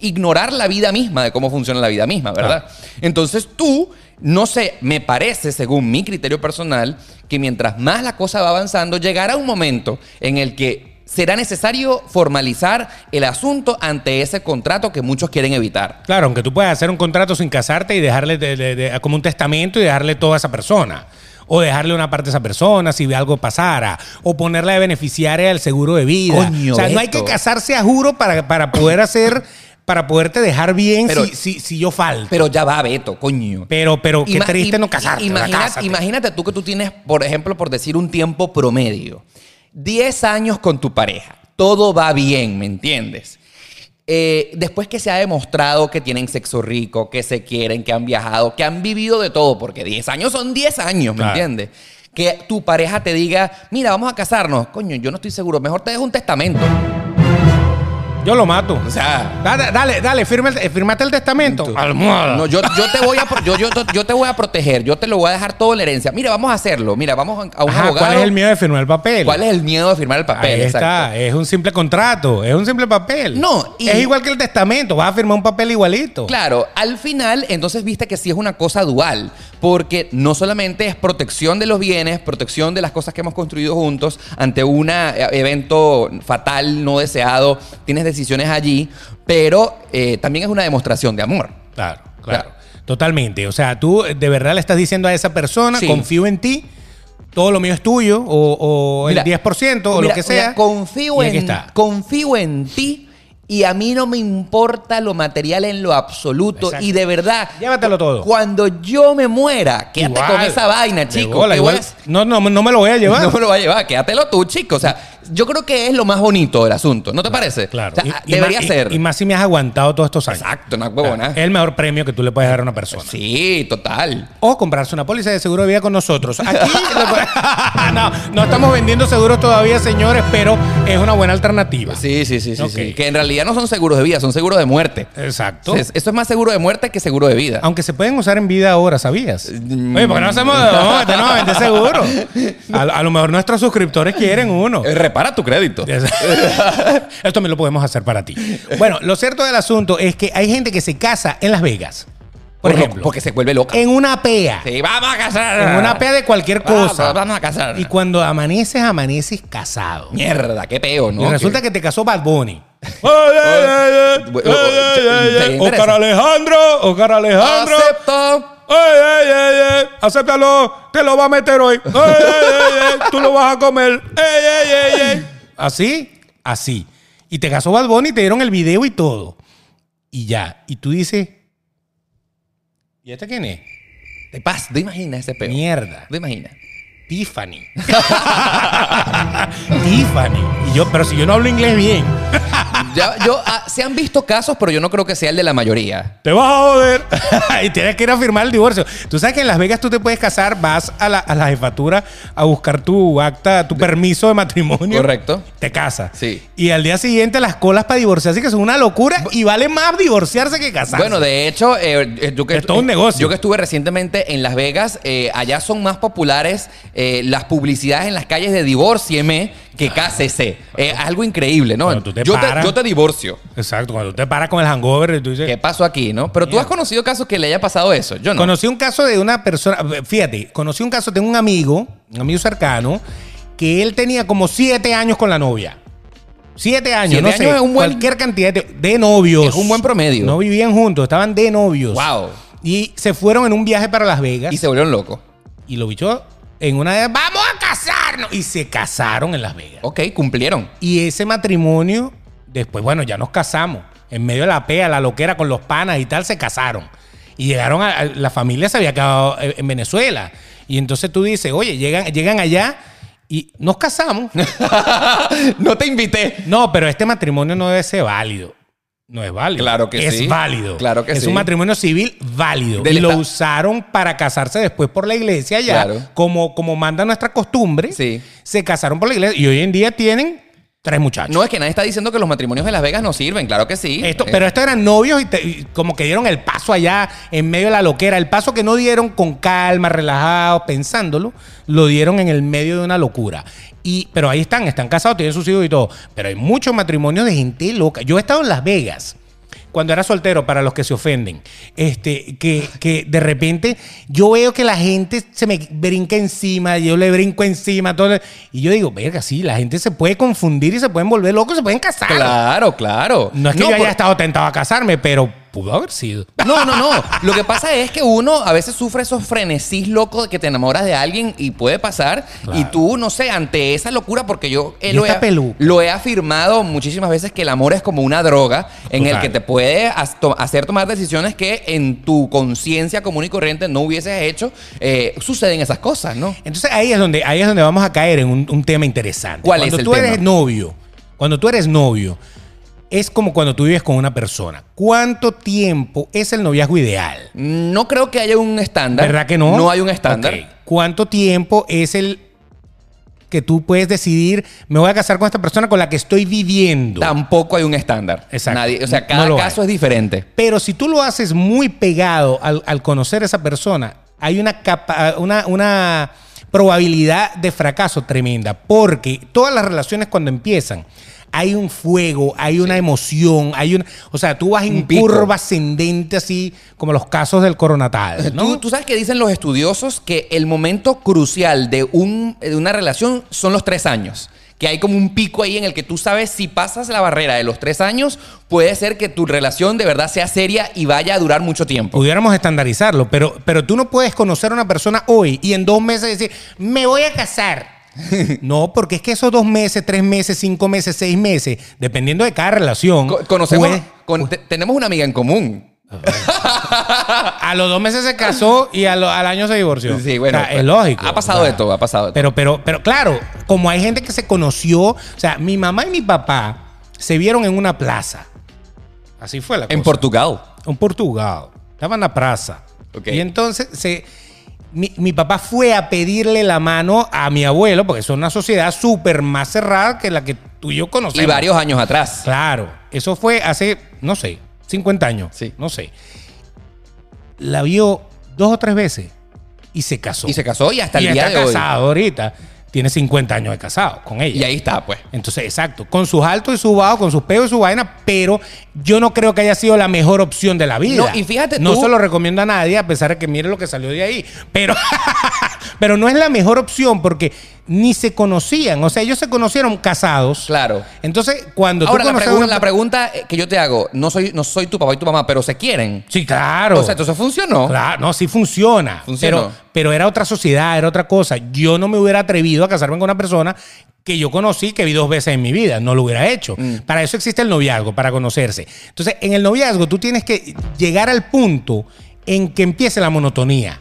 A: ignorar la vida misma, de cómo funciona la vida misma, ¿verdad? Entonces tú, no sé, me parece, según mi criterio personal, que mientras más la cosa va avanzando, llegará un momento en el que será necesario formalizar el asunto ante ese contrato que muchos quieren evitar.
B: Claro, aunque tú puedas hacer un contrato sin casarte y dejarle de- de- de- como un testamento y dejarle todo a esa persona. o dejarle una parte a esa persona si algo pasara, o ponerla de beneficiaria del seguro de vida.
A: Coño,
B: o sea, no hay
A: Beto.
B: que casarse a juro para, para poder hacer, para poderte dejar bien
A: Pero-
B: si, si, si yo falto. Pero,
A: Pero ya va, Beto, coño.
B: pero, qué
A: Ima-
B: triste
A: im-
B: no casarte. ¿verdad?
A: imagina-
B: Cásate.
A: Imagínate tú que tú tienes, por ejemplo, por decir un tiempo promedio, 10 años con tu pareja. Todo va bien, ¿me entiendes? Eh, después que se ha demostrado que tienen sexo rico, que se quieren, que han viajado, que han vivido de todo, porque 10 años son 10 años, ¿me
B: Claro.
A: entiendes? Que tu pareja te diga, mira, vamos a casarnos. Coño, yo no estoy seguro. Mejor te dejo un testamento.
B: Yo lo mato.
A: O sea,
B: Dale, dale, dale firma el- firmate el testamento. Almohada.
A: No, yo, yo te voy a pro- yo, yo, yo te voy a proteger, yo te lo voy a dejar todo en la herencia. Mira, vamos a hacerlo. Mira, vamos a- a un
B: Ajá,
A: abogado.
B: ¿Cuál es el miedo de firmar el papel?
A: ¿Cuál es el miedo de firmar el papel?
B: Ahí
A: Exacto.
B: está, es un simple contrato, es un simple papel.
A: No, y-
B: es igual que el testamento, vas a firmar un papel igualito.
A: Claro, al final entonces viste que sí es una cosa dual, porque no solamente es protección de los bienes, protección de las cosas que hemos construido juntos ante un evento fatal, no deseado, tienes decisiones allí, pero eh, también es una demostración de amor.
B: Claro, claro. Totalmente. O sea, tú eh, de verdad le estás diciendo a esa persona,
A: Sí.
B: confío en ti, todo lo mío es tuyo, o, o
A: Mira,
B: el 10%, o
A: mira,
B: lo que sea.
A: mira, confío,
B: y aquí
A: en,
B: está.
A: confío en ti y a mí no me importa lo material en lo absoluto.
B: Exacto.
A: Y de verdad,
B: Llévatelo todo.
A: cuando yo me muera, quédate
B: Igual.
A: con esa vaina,
B: De
A: chico.
B: bola,
A: ¿Qué
B: igual-
A: vas-
B: no, no, no me lo voy a llevar.
A: No me lo va a llevar, quédatelo tú, chico. O sea, yo creo que es lo más bonito del asunto, ¿no te parece?
B: Claro.
A: O sea, ah,
B: Y- y
A: debería
B: más- y-
A: ser.
B: Y, más si me has aguantado todos estos años.
A: Exacto, una
B: Claro,
A: huevona.
B: Es el mejor premio que tú le puedes dar a una persona.
A: Sí, total.
B: O comprarse una póliza de seguro de vida con nosotros. Aquí lo- no, no estamos vendiendo seguros todavía, señores, pero es una buena alternativa.
A: Sí, sí, sí, sí,
B: Ok.
A: sí. Que en realidad no son seguros de vida, son seguros de muerte.
B: Exacto.
A: Entonces, eso es más seguro de muerte que seguro de vida.
B: Aunque se pueden usar en vida ahora, ¿sabías?
A: Mm.
B: Oye, ¿por qué no hacemos vamos a meternos a vender seguro? A, a lo mejor nuestros suscriptores quieren uno.
A: Eh, Repara tu crédito.
B: Esto me lo podemos hacer para ti. Bueno, lo cierto del asunto es que hay gente que se casa en Las Vegas. Por
A: Por-
B: ejemplo,
A: Porque se vuelve loca.
B: en una pea.
A: Sí, vamos a casar.
B: En una pea de cualquier
A: Vamos,
B: cosa.
A: vamos a casar.
B: Y cuando amaneces, amaneces casado.
A: Mierda, qué peo, ¿no?
B: Y resulta que te casó Bad Bunny.
A: eh, eh.
B: Oscar Alejandro, Oscar Alejandro.
A: Acepto.
B: ¡Ey, ey, ey, ey! ¡Acéptalo! ¡Te lo va a meter hoy! ¡Ey, ey, ey, ey! ¡Tú lo vas a comer! ¡Ey, ey, ey, ey! Así, así. Y te casó Bad Bunny, te dieron el video y todo. Y ya. Y tú dices... ¿Y este quién es?
A: Te pasa, te imaginas ese peo.
B: Mierda.
A: Te imaginas.
B: Tiffany. Tiffany. Y yo, pero si yo no hablo inglés bien.
A: Ya, yo, ah, se han visto casos, pero yo no creo que sea el de la mayoría.
B: Te vas a joder. y tienes que ir a firmar el divorcio. Tú sabes que en Las Vegas tú te puedes casar, vas a la, a la jefatura a buscar tu acta, tu permiso de matrimonio.
A: Correcto.
B: Te casas.
A: Sí.
B: Y al día siguiente las colas para divorciarse, que son una locura. Y vale más divorciarse que casarse.
A: Bueno, de hecho, eh, eh, yo que,
B: Es todo un negocio.
A: Yo que estuve recientemente en Las Vegas, eh, allá son más populares eh, las publicidades en las calles de divorcieme que cásese. Eh, algo increíble, ¿no?
B: Cuando tú te
A: yo, te,
B: paras-
A: yo te divorcio.
B: Exacto. Cuando te paras con el hangover, tú dices.
A: ¿Qué pasó aquí, no? Pero tú has conocido casos que le haya pasado eso. Yo no.
B: Conocí un caso de una persona, fíjate, conocí un caso de un amigo, un amigo cercano, que él tenía como siete años con la novia. Siete años,
A: Siete
B: no sé,
A: años es un buen-
B: cualquier cantidad de, de novios.
A: Es un buen promedio.
B: No vivían juntos, estaban de novios.
A: Wow.
B: Y se fueron en un viaje para Las Vegas
A: Y
B: y,
A: se volvieron locos.
B: lo bichó en una de ¡Vamos a casarnos! Y se casaron en Las Vegas.
A: Ok, cumplieron.
B: Y ese matrimonio, después, bueno, ya nos casamos. En medio de la pea, la loquera con los panas y tal, se casaron. Y llegaron a, a- la familia se había quedado eh, en Venezuela. Y entonces tú dices, oye, llegan, llegan allá y nos casamos.
A: no te invité.
B: No, pero este matrimonio no debe ser válido. No es válido.
A: Claro que sí.
B: Es válido.
A: Claro que
B: es
A: sí.
B: un matrimonio civil válido.
A: Del
B: y lo
A: esta-
B: usaron para casarse después por la iglesia ya.
A: Claro.
B: Como, como manda nuestra costumbre.
A: Sí.
B: Se casaron por la iglesia y hoy en día tienen tres muchachos.
A: No es que nadie está diciendo que los matrimonios de Las Vegas no sirven, claro que sí.
B: Esto,
A: Eh,
B: pero esto eran novios y, te- y como que dieron el paso allá en medio de la loquera. El paso que no dieron con calma, relajados, pensándolo, lo dieron en el medio de una locura. Y, pero ahí están, están casados, tienen sus hijos y todo. Pero hay muchos matrimonios de gente loca. Yo he estado en Las Vegas. Cuando era soltero, para los que se ofenden, este, que, que de repente yo veo que la gente se me brinca encima, yo le brinco encima, todo, y yo digo, verga, sí, la gente se puede confundir y se pueden volver locos, se pueden casar.
A: Claro, claro.
B: No es que yo haya
A: por-
B: estado tentado a casarme, pero pudo haber sido.
A: No, no, no. Lo que pasa es que uno a veces sufre esos frenesís locos de que te enamoras de alguien y puede pasar.
B: Claro.
A: Y tú, no sé, ante esa locura, porque yo eh,
B: Y
A: lo,
B: esta
A: he,
B: peluca.
A: lo he afirmado muchísimas veces que el amor es como una droga en el
B: Total.
A: que te puede has- to- hacer tomar decisiones que en tu conciencia común y corriente no hubieses hecho. Eh, suceden esas cosas, ¿no?
B: Entonces ahí es donde, ahí es donde vamos a caer en un, un tema interesante.
A: ¿Cuál
B: cuando
A: es el
B: tú eres
A: tema?
B: novio, cuando tú eres novio, es como cuando tú vives con una persona. ¿Cuánto tiempo es el noviazgo ideal?
A: No creo que haya un estándar.
B: ¿Verdad que no?
A: No hay un estándar.
B: Ok. ¿Cuánto tiempo es el que tú puedes decidir, me voy a casar con esta persona con la que estoy viviendo?
A: Tampoco hay un estándar.
B: Exacto.
A: Nadie- o sea,
B: No
A: cada
B: lo hay.
A: caso es diferente.
B: Pero si tú lo haces muy pegado al, al conocer a esa persona, hay una, capa- una, una probabilidad de fracaso tremenda, porque todas las relaciones cuando empiezan, hay un fuego, hay una emoción, hay un, o sea, tú vas en
A: Un pico.
B: curva ascendente así como los casos del coronatal, Pues ¿no?
A: Tú, tú sabes que dicen los estudiosos que el momento crucial de, un, de una relación son los tres años. Que hay como un pico ahí en el que tú sabes si pasas la barrera de los tres años, puede ser que tu relación de verdad sea seria y vaya a durar mucho tiempo.
B: Pudiéramos estandarizarlo, pero, pero tú no puedes conocer a una persona hoy y en dos meses decir, me voy a casar. No, porque es que esos dos meses, tres meses, cinco meses, seis meses, dependiendo de cada relación. pues,
A: Co- conocemos,
B: puede-
A: con- te- tenemos una amiga en común.
B: a los dos meses se casó y a lo- al año se divorció.
A: Sí, bueno,
B: O sea, es
A: pero-
B: lógico.
A: ha pasado de todo, ha pasado de
B: Pero, pero, pero claro, como hay gente que se conoció, o sea, mi mamá y mi papá se vieron en una plaza. Así fue la cosa.
A: En Portugal.
B: en Portugal. Estaba en la plaza.
A: Ok.
B: Y entonces se, mi, mi papá fue a pedirle la mano a mi abuelo, porque es una sociedad súper más cerrada que la que tú y yo conocemos.
A: Y varios años atrás.
B: Claro. Eso fue hace, no sé, 50 años.
A: Sí.
B: No sé. La vio dos o tres veces y se casó.
A: Y se casó y hasta
B: Y
A: el día
B: está
A: de hoy.
B: casado ahorita. Tiene 50 años de casado con ella.
A: Y ahí está, pues.
B: Entonces, exacto, con sus altos y sus bajos, con sus peos y su vaina, pero yo no creo que haya sido la mejor opción de la vida.
A: No, y fíjate
B: No
A: tú-
B: se lo recomiendo a nadie, a pesar de que mire lo que salió de ahí. Pero, pero no es la mejor opción porque ni se conocían. O sea, ellos se conocieron casados.
A: Claro.
B: Entonces, cuando
A: Ahora,
B: tú
A: la,
B: conoces
A: pregun-
B: a una-
A: la pregunta que yo te hago, no soy, no soy tu papá y tu mamá, pero se quieren.
B: Sí, claro.
A: O sea, entonces funcionó.
B: Claro, no, sí funciona.
A: Funcionó.
B: Pero, pero era otra sociedad, era otra cosa. Yo no me hubiera atrevido a casarme con una persona que yo conocí, que vi dos veces en mi vida. No lo hubiera hecho.
A: Mm.
B: Para eso existe el noviazgo, para conocerse. Entonces, en el noviazgo tú tienes que llegar al punto en que empiece la monotonía.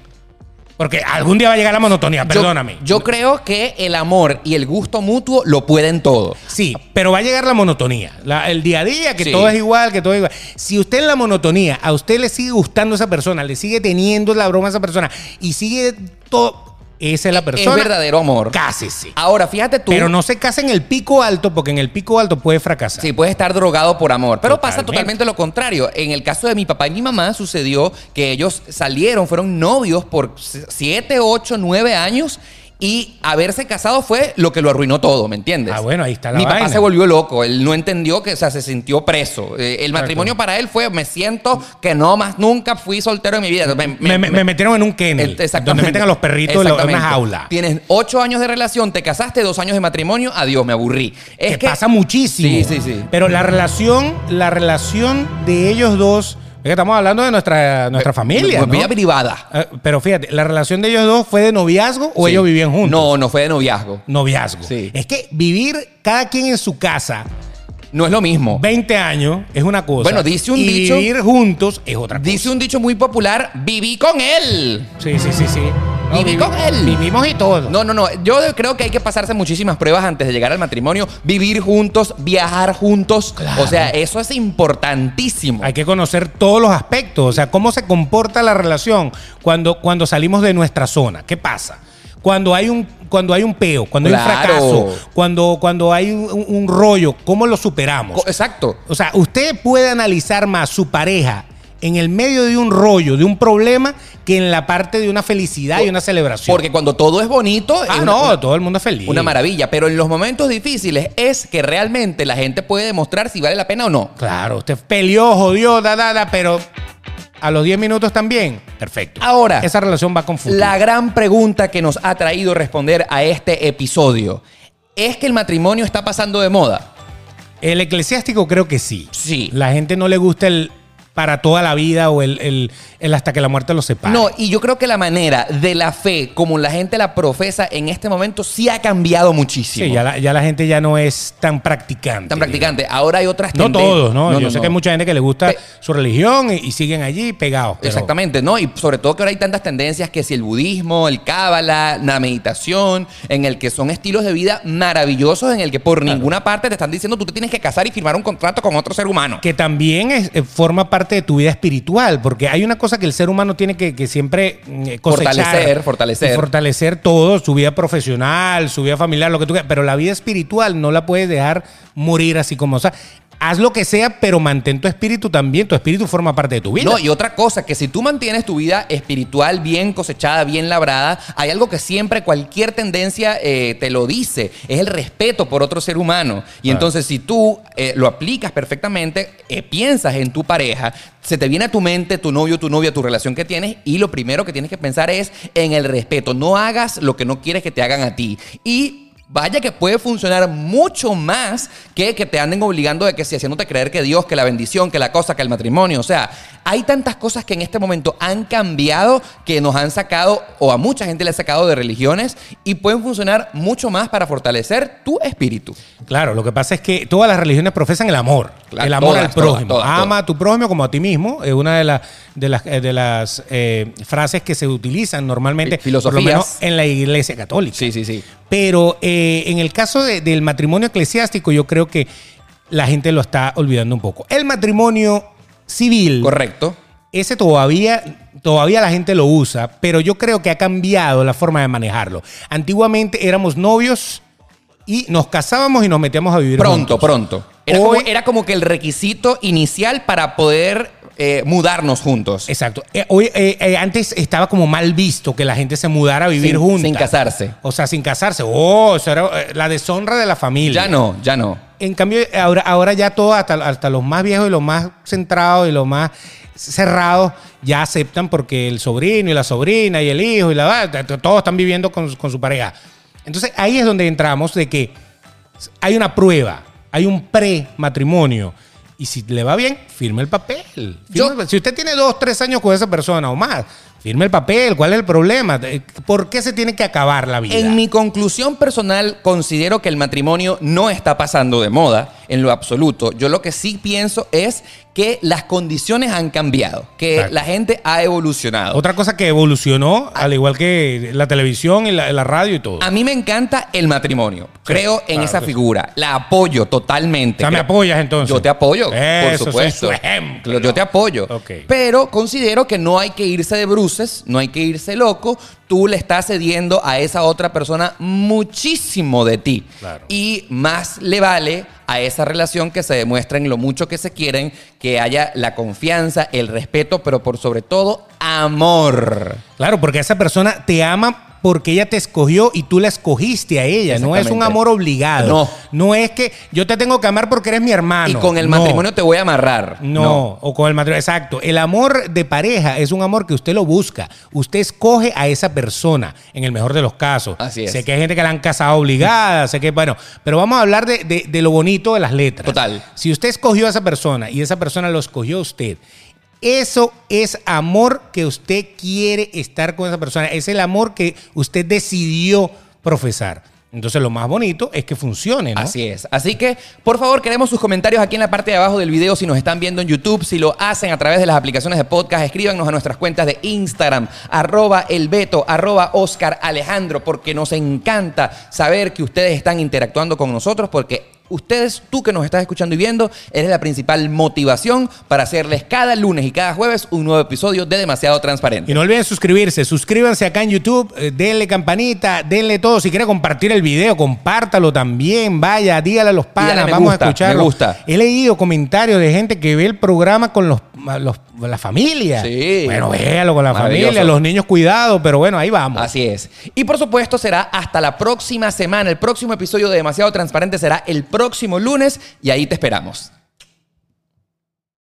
B: Porque algún día va a llegar la monotonía,
A: Yo-
B: perdóname.
A: Yo, creo que el amor y el gusto mutuo lo pueden todo.
B: Sí, pero va a llegar la monotonía. La- el día a día, que
A: Sí.
B: todo es igual, que todo es igual. Si usted en la monotonía, a usted le sigue gustando esa persona, le sigue teniendo la broma a esa persona y sigue todo. Esa es la persona.
A: Es verdadero amor.
B: Cásese.
A: Ahora, fíjate tú.
B: Pero no se case en el pico alto, porque en el pico alto puede fracasar.
A: Sí, puedes estar drogado por amor. Pero pasa
B: Totalmente.
A: totalmente lo contrario. En el caso de mi papá y mi mamá sucedió que ellos salieron, fueron novios por 7, 8, 9 años y haberse casado fue lo que lo arruinó todo, ¿me entiendes?
B: Ah, bueno, ahí está la
A: Mi papá
B: vaina.
A: se volvió loco, él no entendió que, o sea, se sintió preso. Eh, el matrimonio para él fue, me siento que no más nunca fui soltero en mi vida. Me-
B: Me,
A: me-
B: me- me metieron en un kennel.
A: El- exactamente.
B: Donde meten a los perritos en la- en una
A: Exactamente.
B: jaula.
A: Tienes ocho años de relación, te casaste, dos años de matrimonio, adiós, me aburrí. Es
B: que, pasa
A: Sí,
B: muchísimo.
A: sí, sí.
B: Pero la relación, la relación de ellos dos, es que estamos hablando de nuestra, nuestra familia.
A: Pues,
B: ¿no?
A: Vida privada.
B: Ah, Pero fíjate, ¿la relación de ellos dos fue de noviazgo o
A: Sí.
B: ellos vivían juntos?
A: No, no fue de noviazgo.
B: Noviazgo.
A: Sí.
B: Es que vivir cada quien en su casa
A: No es lo mismo.
B: 20 años es una cosa.
A: Bueno, dice un
B: y
A: dicho-
B: Vivir juntos es otra cosa.
A: Dice un dicho muy popular, viví con él.
B: Sí, sí, sí, sí.
A: Viví
B: vivi-
A: con él.
B: Vivimos y todo.
A: No, no, no. Yo de- creo que hay que pasarse muchísimas pruebas antes de llegar al matrimonio. Vivir juntos, viajar juntos. O sea, eso es importantísimo.
B: Hay que conocer todos los aspectos, o sea, cómo se comporta la relación cuando, cuando salimos de nuestra zona. ¿Qué pasa? Cuando hay un, cuando hay un peo, cuando hay un
A: Claro.
B: fracaso, cuando, cuando hay un, un rollo, ¿cómo lo superamos?
A: Co- Exacto.
B: O sea, usted puede analizar más su pareja en el medio de un rollo, de un problema, que en la parte de una felicidad y una celebración.
A: Porque cuando todo es bonito,
B: ah,
A: es una-
B: no,
A: una-
B: todo el mundo es feliz.
A: una maravilla. Pero en los momentos difíciles es que realmente la gente puede demostrar si vale la pena o no.
B: Claro, usted peleó, jodió, da, da, da, pero a los 10 minutos también. Perfecto.
A: Ahora,
B: esa relación va con futuro.
A: La gran pregunta que nos ha traído responder a este episodio es que el matrimonio está pasando de moda.
B: El eclesiástico creo que sí.
A: Sí.
B: La gente no le gusta el para toda la vida o el, el- el hasta que la muerte los separe.
A: No, y yo creo que la manera de la fe, como la gente la profesa en este momento, sí ha cambiado muchísimo.
B: Sí, ya la, ya la gente ya no es tan practicante.
A: Tan practicante. Ahora hay otras
B: No
A: tendencias.
B: todos, ¿no? Yo sé que hay mucha gente que le gusta
A: Pe-
B: su religión y, y siguen allí pegados. pero-
A: Exactamente, ¿no? Y sobre todo que ahora hay tantas tendencias que si el budismo, el cábala, la meditación, en el que son estilos de vida maravillosos, en el que por ninguna parte te están diciendo tú te tienes que casar y firmar un contrato con otro ser humano.
B: Que también es- eh, forma parte de tu vida espiritual, porque hay una cosa que el ser humano tiene que, que siempre eh, cosechar.
A: Fortalecer, fortalecer.
B: Y Fortalecer todo, su vida profesional, su vida familiar, lo que tú quieras. Pero la vida espiritual no la puedes dejar morir así como. O sea, haz lo que sea, pero mantén tu espíritu también. Tu espíritu forma parte de tu vida.
A: No, y otra cosa, que si tú mantienes tu vida espiritual bien cosechada, bien labrada, hay algo que siempre cualquier tendencia eh, te lo dice, es el respeto por otro ser humano. Y
B: Claro.
A: entonces si tú eh, lo aplicas perfectamente, eh, piensas en tu pareja, se te viene a tu mente tu novio, tu novia, tu relación que tienes, y lo primero que tienes que pensar es en el respeto. No hagas lo que no quieres que te hagan a ti. Y Vaya que puede funcionar mucho más que que te anden obligando de que si haciéndote creer que Dios, que la bendición, que la cosa, que el matrimonio. O sea, hay tantas cosas que en este momento han cambiado que nos han sacado o a mucha gente le ha sacado de religiones y pueden funcionar mucho más para fortalecer tu espíritu.
B: Claro, lo que pasa es que todas las religiones profesan el amor.
A: Claro,
B: el amor
A: todas,
B: al prójimo.
A: todas, todas,
B: Ama a tu prójimo como a ti mismo. Es una de, las de las, eh, de las eh, frases que se utilizan normalmente.
A: Fi- filosofías.
B: Por lo menos en la iglesia católica.
A: sí, sí.
B: Pero eh, en el caso de- del matrimonio eclesiástico, yo creo que la gente lo está olvidando un poco. El matrimonio civil.
A: Correcto.
B: Ese todavía, todavía la gente lo usa, pero yo creo que ha cambiado la forma de manejarlo. Antiguamente éramos novios y nos casábamos y nos metíamos a vivir
A: Pronto,
B: juntos.
A: pronto. Era,
B: Hoy-
A: como, era como que el requisito inicial para poder eh, mudarnos juntos.
B: Exacto. Eh, hoy, eh, eh, antes estaba como mal visto que la gente se mudara a vivir
A: Sin-
B: juntos.
A: sin casarse.
B: O sea, sin casarse. Oh, eso era eh, la deshonra de la familia.
A: Ya no, ya no.
B: En cambio, ahora, ahora ya todos, hasta, hasta los más viejos y los más centrados y los más cerrados, ya aceptan porque el sobrino y la sobrina y el hijo y la todos están viviendo con, con su pareja. Entonces ahí es donde entramos de que hay una prueba, hay un pre-matrimonio. Y si le va bien, firme el papel. Firme
A: Yo-
B: el papel. si usted tiene dos, tres años con esa persona o más, firme el papel. ¿Cuál es el problema? Eh, ¿Por qué se tiene que acabar la vida?
A: En mi conclusión personal, considero que el matrimonio no está pasando de moda en lo absoluto. Yo lo que sí pienso es que las condiciones han cambiado, que
B: Exacto.
A: la gente ha evolucionado.
B: Otra cosa que evolucionó,
A: Ah.
B: al igual que la televisión y la, la radio y todo.
A: a mí me encanta el matrimonio. Creo en
B: claro
A: esa
B: que sí.
A: figura. La apoyo
B: o
A: totalmente.
B: sea, me
A: Creo-
B: apoyas entonces.
A: Yo te apoyo, por
B: Eso, soy
A: supuesto.
B: su ejemplo.
A: Yo te apoyo.
B: Ok.
A: Pero considero que no hay que irse de bruces, no hay que irse loco. Tú le estás cediendo a esa otra persona muchísimo de ti.
B: Claro.
A: Y más le vale a esa relación que se demuestren lo mucho que se quieren, que haya la confianza, el respeto, pero por sobre todo, amor.
B: Claro, porque esa persona te ama porque ella te escogió y tú la escogiste a ella. No es un
A: Exactamente.
B: amor obligado.
A: No.
B: No es que yo te tengo que amar porque eres mi hermano.
A: y con el
B: Ah, No.
A: matrimonio te voy a amarrar.
B: No, o con el matrimonio. Exacto. El amor de pareja es un amor que usted lo busca. Usted escoge a esa persona, en el mejor de los casos.
A: Así es.
B: Sé que hay gente que la han casado obligada, sé que, bueno, pero vamos a hablar de, de- de lo bonito de las letras.
A: Total.
B: Si usted escogió a esa persona y esa persona lo escogió a usted, eso es amor que usted quiere estar con esa persona. Es el amor que usted decidió profesar. Entonces, lo más bonito es que funcione, ¿no?
A: Así es. Así que, por favor, queremos sus comentarios aquí en la parte de abajo del video. Si nos están viendo en YouTube, si lo hacen a través de las aplicaciones de podcast, escríbanos a nuestras cuentas de Instagram, arroba elbeto, arroba Oscar Alejandro, porque nos encanta saber que ustedes están interactuando con nosotros, porque ustedes, tú que nos estás escuchando y viendo, eres la principal motivación para hacerles cada lunes y cada jueves un nuevo episodio de Demasiado Transparente.
B: Y no olviden suscribirse, suscríbanse acá en YouTube, eh, denle campanita, denle todo. Si quiere compartir el video, compártalo también. Vaya, dígale a los
A: dale
B: panas,
A: me
B: vamos
A: gusta,
B: a escucharlo.
A: me gusta.
B: He leído comentarios de gente que ve el programa con los, a los- la familia.
A: Sí.
B: Bueno, véalo con la
A: Maravilloso.
B: familia, los niños cuidado, pero bueno, ahí vamos.
A: Así es. Y por supuesto será hasta la próxima semana. El próximo episodio de Demasiado Transparente será el próximo lunes y ahí te esperamos.